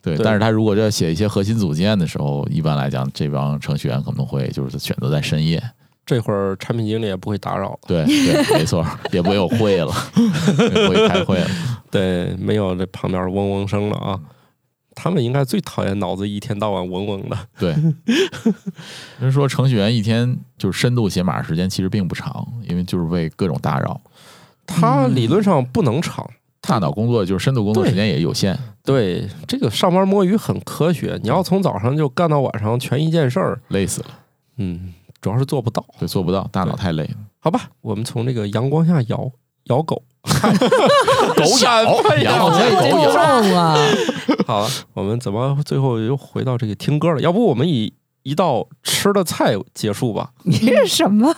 Speaker 3: 对，
Speaker 4: 对
Speaker 3: 但是他如果要写一些核心组件的时候，一般来讲，这帮程序员可能会就是选择在深夜。
Speaker 4: 这会儿产品经理也不会打扰了，
Speaker 3: 对 对，没错，也不会有会了， 也不会开会了。
Speaker 4: 对，没有这旁边嗡嗡声了啊。他们应该最讨厌脑子一天到晚嗡嗡的。
Speaker 3: 对，人说程序员一天就是深度写码时间其实并不长，因为就是被各种打扰，
Speaker 4: 他理论上不能长，
Speaker 3: 大脑工作就是深度工作时间也有限。
Speaker 4: 对这个上班摸鱼很科学。你要从早上就干到晚上，全一件事儿，
Speaker 3: 累死了，
Speaker 4: 嗯，主要是做不到。
Speaker 3: 对，做不到，大脑太累了。
Speaker 4: 好吧，我们从这个阳光下摇摇狗，
Speaker 3: 狗
Speaker 4: 扇
Speaker 3: 咬，
Speaker 4: 贝
Speaker 3: 然后再狗
Speaker 5: 重
Speaker 3: 咬，
Speaker 5: 啊！
Speaker 4: 好了，我们怎么最后又回到这个听歌了？要不我们以一道吃的菜结束吧？
Speaker 5: 你是什么？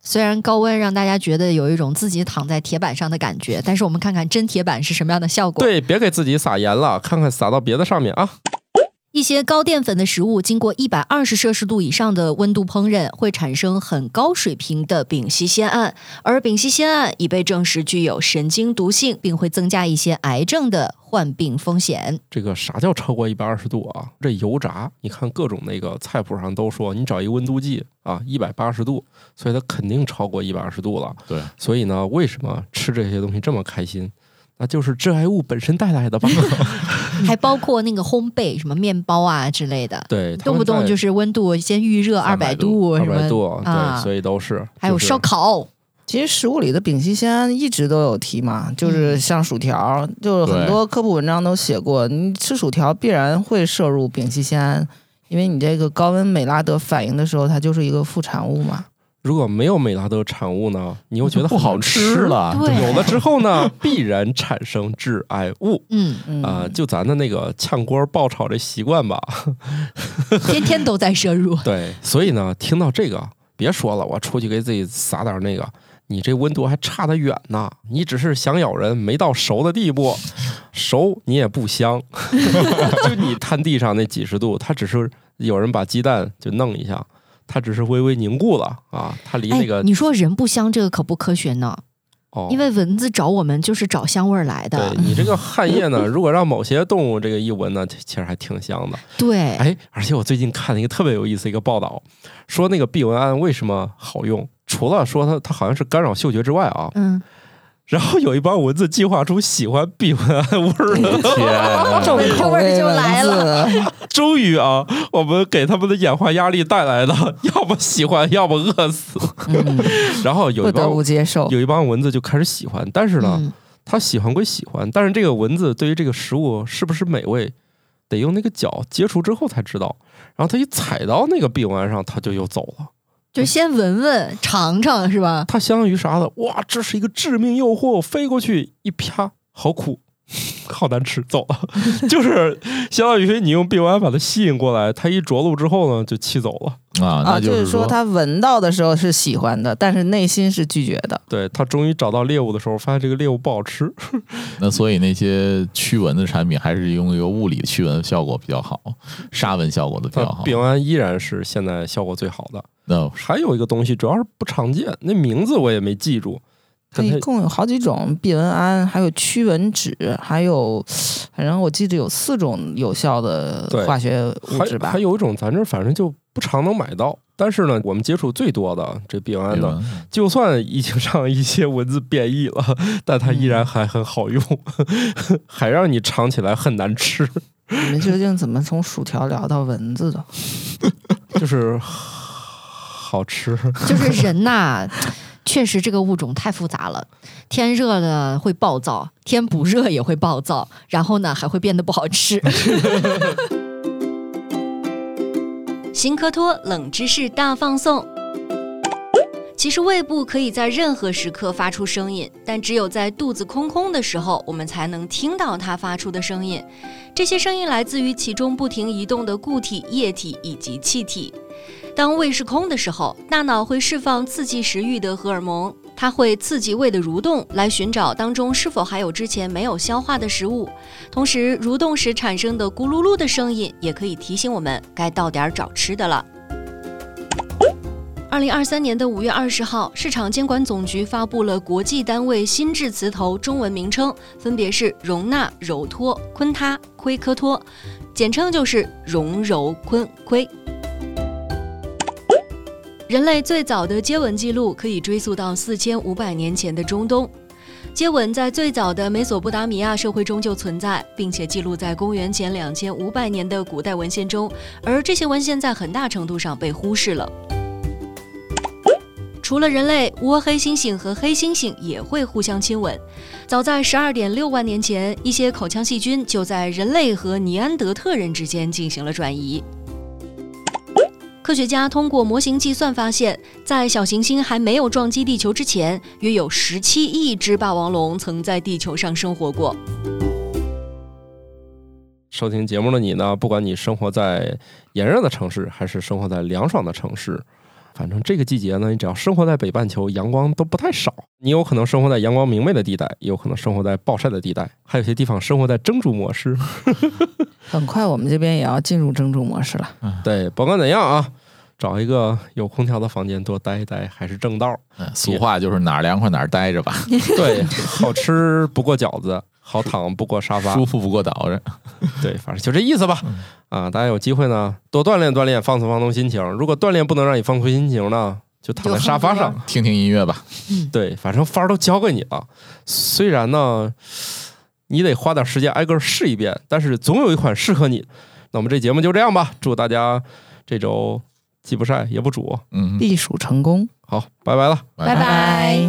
Speaker 1: 虽然高温让大家觉得有一种自己躺在铁板上的感觉，但是我们看看真铁板是什么样的效果。
Speaker 4: 对，别给自己撒盐了，看看撒到别的上面啊。
Speaker 1: 一些高淀粉的食物经过一百二十摄氏度以上的温度烹饪，会产生很高水平的丙烯酰胺，而丙烯酰胺已被证实具有神经毒性，并会增加一些癌症的患病风险。
Speaker 4: 这个啥叫超过一百二十度啊？这油炸，你看各种那个菜谱上都说，你找一个温度计啊，一百八十度，所以它肯定超过一百二十度了。
Speaker 3: 对，
Speaker 4: 所以呢，为什么吃这些东西这么开心？那就是致癌物本身带 来的吧？
Speaker 1: 还包括那个烘焙，什么面包啊之类的，
Speaker 4: 对，
Speaker 1: 动不动就是是温度先预热二百
Speaker 3: 300
Speaker 1: 度，什
Speaker 4: 二
Speaker 1: 么
Speaker 4: 百度，
Speaker 1: 啊
Speaker 4: 对，所以都是
Speaker 1: 还有
Speaker 4: 就是
Speaker 1: 烧烤，
Speaker 5: 其实食物里的丙烯酰胺一直都有提嘛，就是像薯条，就是很多科普文章都写过，你吃薯条必然会摄入丙烯酰胺，因为你这个高温美拉德反应的时候，它就是一个副产物嘛。
Speaker 4: 如果没有美拉德产物呢，你又觉得
Speaker 3: 不
Speaker 4: 很
Speaker 3: 好
Speaker 4: 难
Speaker 3: 吃。了。
Speaker 1: 对
Speaker 4: 有了之后呢，必然产生致癌物
Speaker 1: 嗯，
Speaker 5: 嗯，
Speaker 4: 啊、就咱的那个炝锅爆炒这习 惯吧，。
Speaker 1: 天天都在摄入
Speaker 4: 对，所以呢，听到这个，别说了，我出去给自己撒点那个，你这温度还差得远呢，你只是想咬人，没到熟的地步，熟你也不香， 就你摊地上那几十度，它只是有人把鸡蛋就弄一下，它只是微微凝固了啊，它离那个、
Speaker 1: 哎，你说人不香，这个可不科学呢，
Speaker 4: 哦，
Speaker 1: 因为蚊子找我们就是找香味儿来的
Speaker 4: 对。你这个汗液呢，如果让某些动物这个一闻呢，其其实还挺香的。
Speaker 1: 对，
Speaker 4: 哎，而且我最近看了一个特别有意思的一个报道，说那个避蚊胺为什么好用，除了说它它好像是干扰嗅觉之外啊，
Speaker 1: 嗯，
Speaker 4: 然后有一帮蚊子进化出喜欢避蚊胺味 儿的。
Speaker 3: 嗯啊
Speaker 5: 重
Speaker 1: 闻着
Speaker 5: 口
Speaker 1: 味儿
Speaker 5: 味
Speaker 1: 就
Speaker 5: 蚊
Speaker 1: 来
Speaker 5: 子
Speaker 1: 了
Speaker 4: 终于啊，我们给他们的演化压力带来了，要么喜欢，要么饿死。
Speaker 5: 嗯，
Speaker 4: 然后有
Speaker 5: 不
Speaker 4: 一
Speaker 5: 得
Speaker 4: 帮
Speaker 5: 不接受。
Speaker 4: 有一帮蚊子就开始喜欢，但是呢，
Speaker 1: 嗯
Speaker 4: 它喜欢归喜欢，但是这个蚊子对于这个食物是不是美味，得用那个脚接触之后才知道。然后它一踩到那个臂弯上，它就又走了。
Speaker 1: 就先闻闻尝尝是吧？
Speaker 4: 它相当于啥的？哇，这是一个致命诱惑，我飞过去一啪，好苦。 好难吃，走了， 就是相当于你用臂弯把它吸引过来，它一着陆之后呢，就气走了。
Speaker 3: 啊，
Speaker 5: 啊，
Speaker 3: 那
Speaker 5: 就是是
Speaker 3: 说
Speaker 5: 说他闻到的时候是喜欢的，但是内心是拒绝的。
Speaker 4: 对，它终于找到猎物的时候，发现这个猎物不好吃。
Speaker 3: 那所以那些驱蚊的产品还是用一个物理驱蚊效果比较好，杀蚊效果的比
Speaker 4: 它
Speaker 3: 较好
Speaker 4: 臂。弯依然是现在效果最好的。
Speaker 3: 那
Speaker 4: 还有一个东西，主要是不常见，那名字我也没记住。
Speaker 5: 它
Speaker 4: 跟它
Speaker 5: 一共有好几种避蚊胺，还有驱蚊酯，还有，反正我记得有四种有效的
Speaker 4: 对
Speaker 5: 化学物
Speaker 4: 还
Speaker 5: 质吧
Speaker 4: 还。有一种咱这反正就不常能买到，但是呢，我们接触最多的这避蚊胺
Speaker 3: 对
Speaker 4: 呢，
Speaker 3: 吧？
Speaker 4: 就算已经让一些蚊子变异了， 但它依然还很好用， 还让你尝起来很难吃，
Speaker 5: 你们究竟怎么从薯条聊到蚊子的？
Speaker 4: 就是好吃。
Speaker 1: 就是人呐、确实这个物种太复杂了。天热了会暴躁，天不热也会暴躁，然后呢还会变得不好吃。 新科托冷知识大放送。其实胃部可以在任何时刻发出声音，但只有在肚子空空的时候，我们才能听到它发出的声音。这些声音来自于其中不停移动的固体、液体以及气体。当胃是空的时候，大脑会释放刺激食欲的荷尔蒙，它会刺激胃的蠕动，来寻找当中是否还有之前没有消化的食物。同时，蠕动时产生的咕噜噜的声音也可以提醒我们该到点儿找吃的了。二零二三年的五月二十号，市场监管总局发布了国际单位新制词头中文名称，分别是容纳、揉托、昆他、亏科托，简称就是容柔昆亏。人类最早的接吻记录可以追溯到四千五百年前的中东。接吻在最早的美索不达米亚社会中就存在，并且记录在公元前两千五百年的古代文献中，而这些文献在很大程度上被忽视了。除了人类，窝黑猩猩和黑猩猩也会互相亲吻。早在十二点六万年前，一些口腔细菌就在人类和尼安德特人之间进行了转移。科学家通过模型计算发现，在小行星还没有撞击地球之前，约有十七亿只霸王龙曾在地球上生活过。
Speaker 4: 收听节目的你呢，不管你生活在炎热的城市，还是生活在凉爽的城市，反正这个季节呢，你只要生活在北半球，阳光都不太少。你有可能生活在阳光明媚的地带，也有可能生活在暴晒的地带，还有些地方生活在蒸煮模式。
Speaker 5: 很快我们这边也要进入蒸煮模式了。
Speaker 4: 对，甭管怎样啊，找一个有空调的房间多待一待，还是正道。
Speaker 3: 嗯俗话就是哪儿凉快哪儿待着吧，
Speaker 4: 对，好吃不过饺子，好躺不过沙发
Speaker 3: 舒。服不过倒着。
Speaker 4: 对，反正就这意思吧。啊，大家有机会呢，多锻炼锻炼，放松放松心情。如果锻炼不能让你放松心情呢，就躺在沙发上。
Speaker 3: 听听音乐吧，
Speaker 4: 对，反正法儿都教给你了。虽然呢，你得花点时间挨个试一遍，但是总有一款适合你。那我们这节目就这样吧，祝大家这周既不晒也不煮，
Speaker 3: 嗯，
Speaker 5: 避暑成功，
Speaker 4: 好，拜拜了。
Speaker 3: 拜拜
Speaker 5: 拜。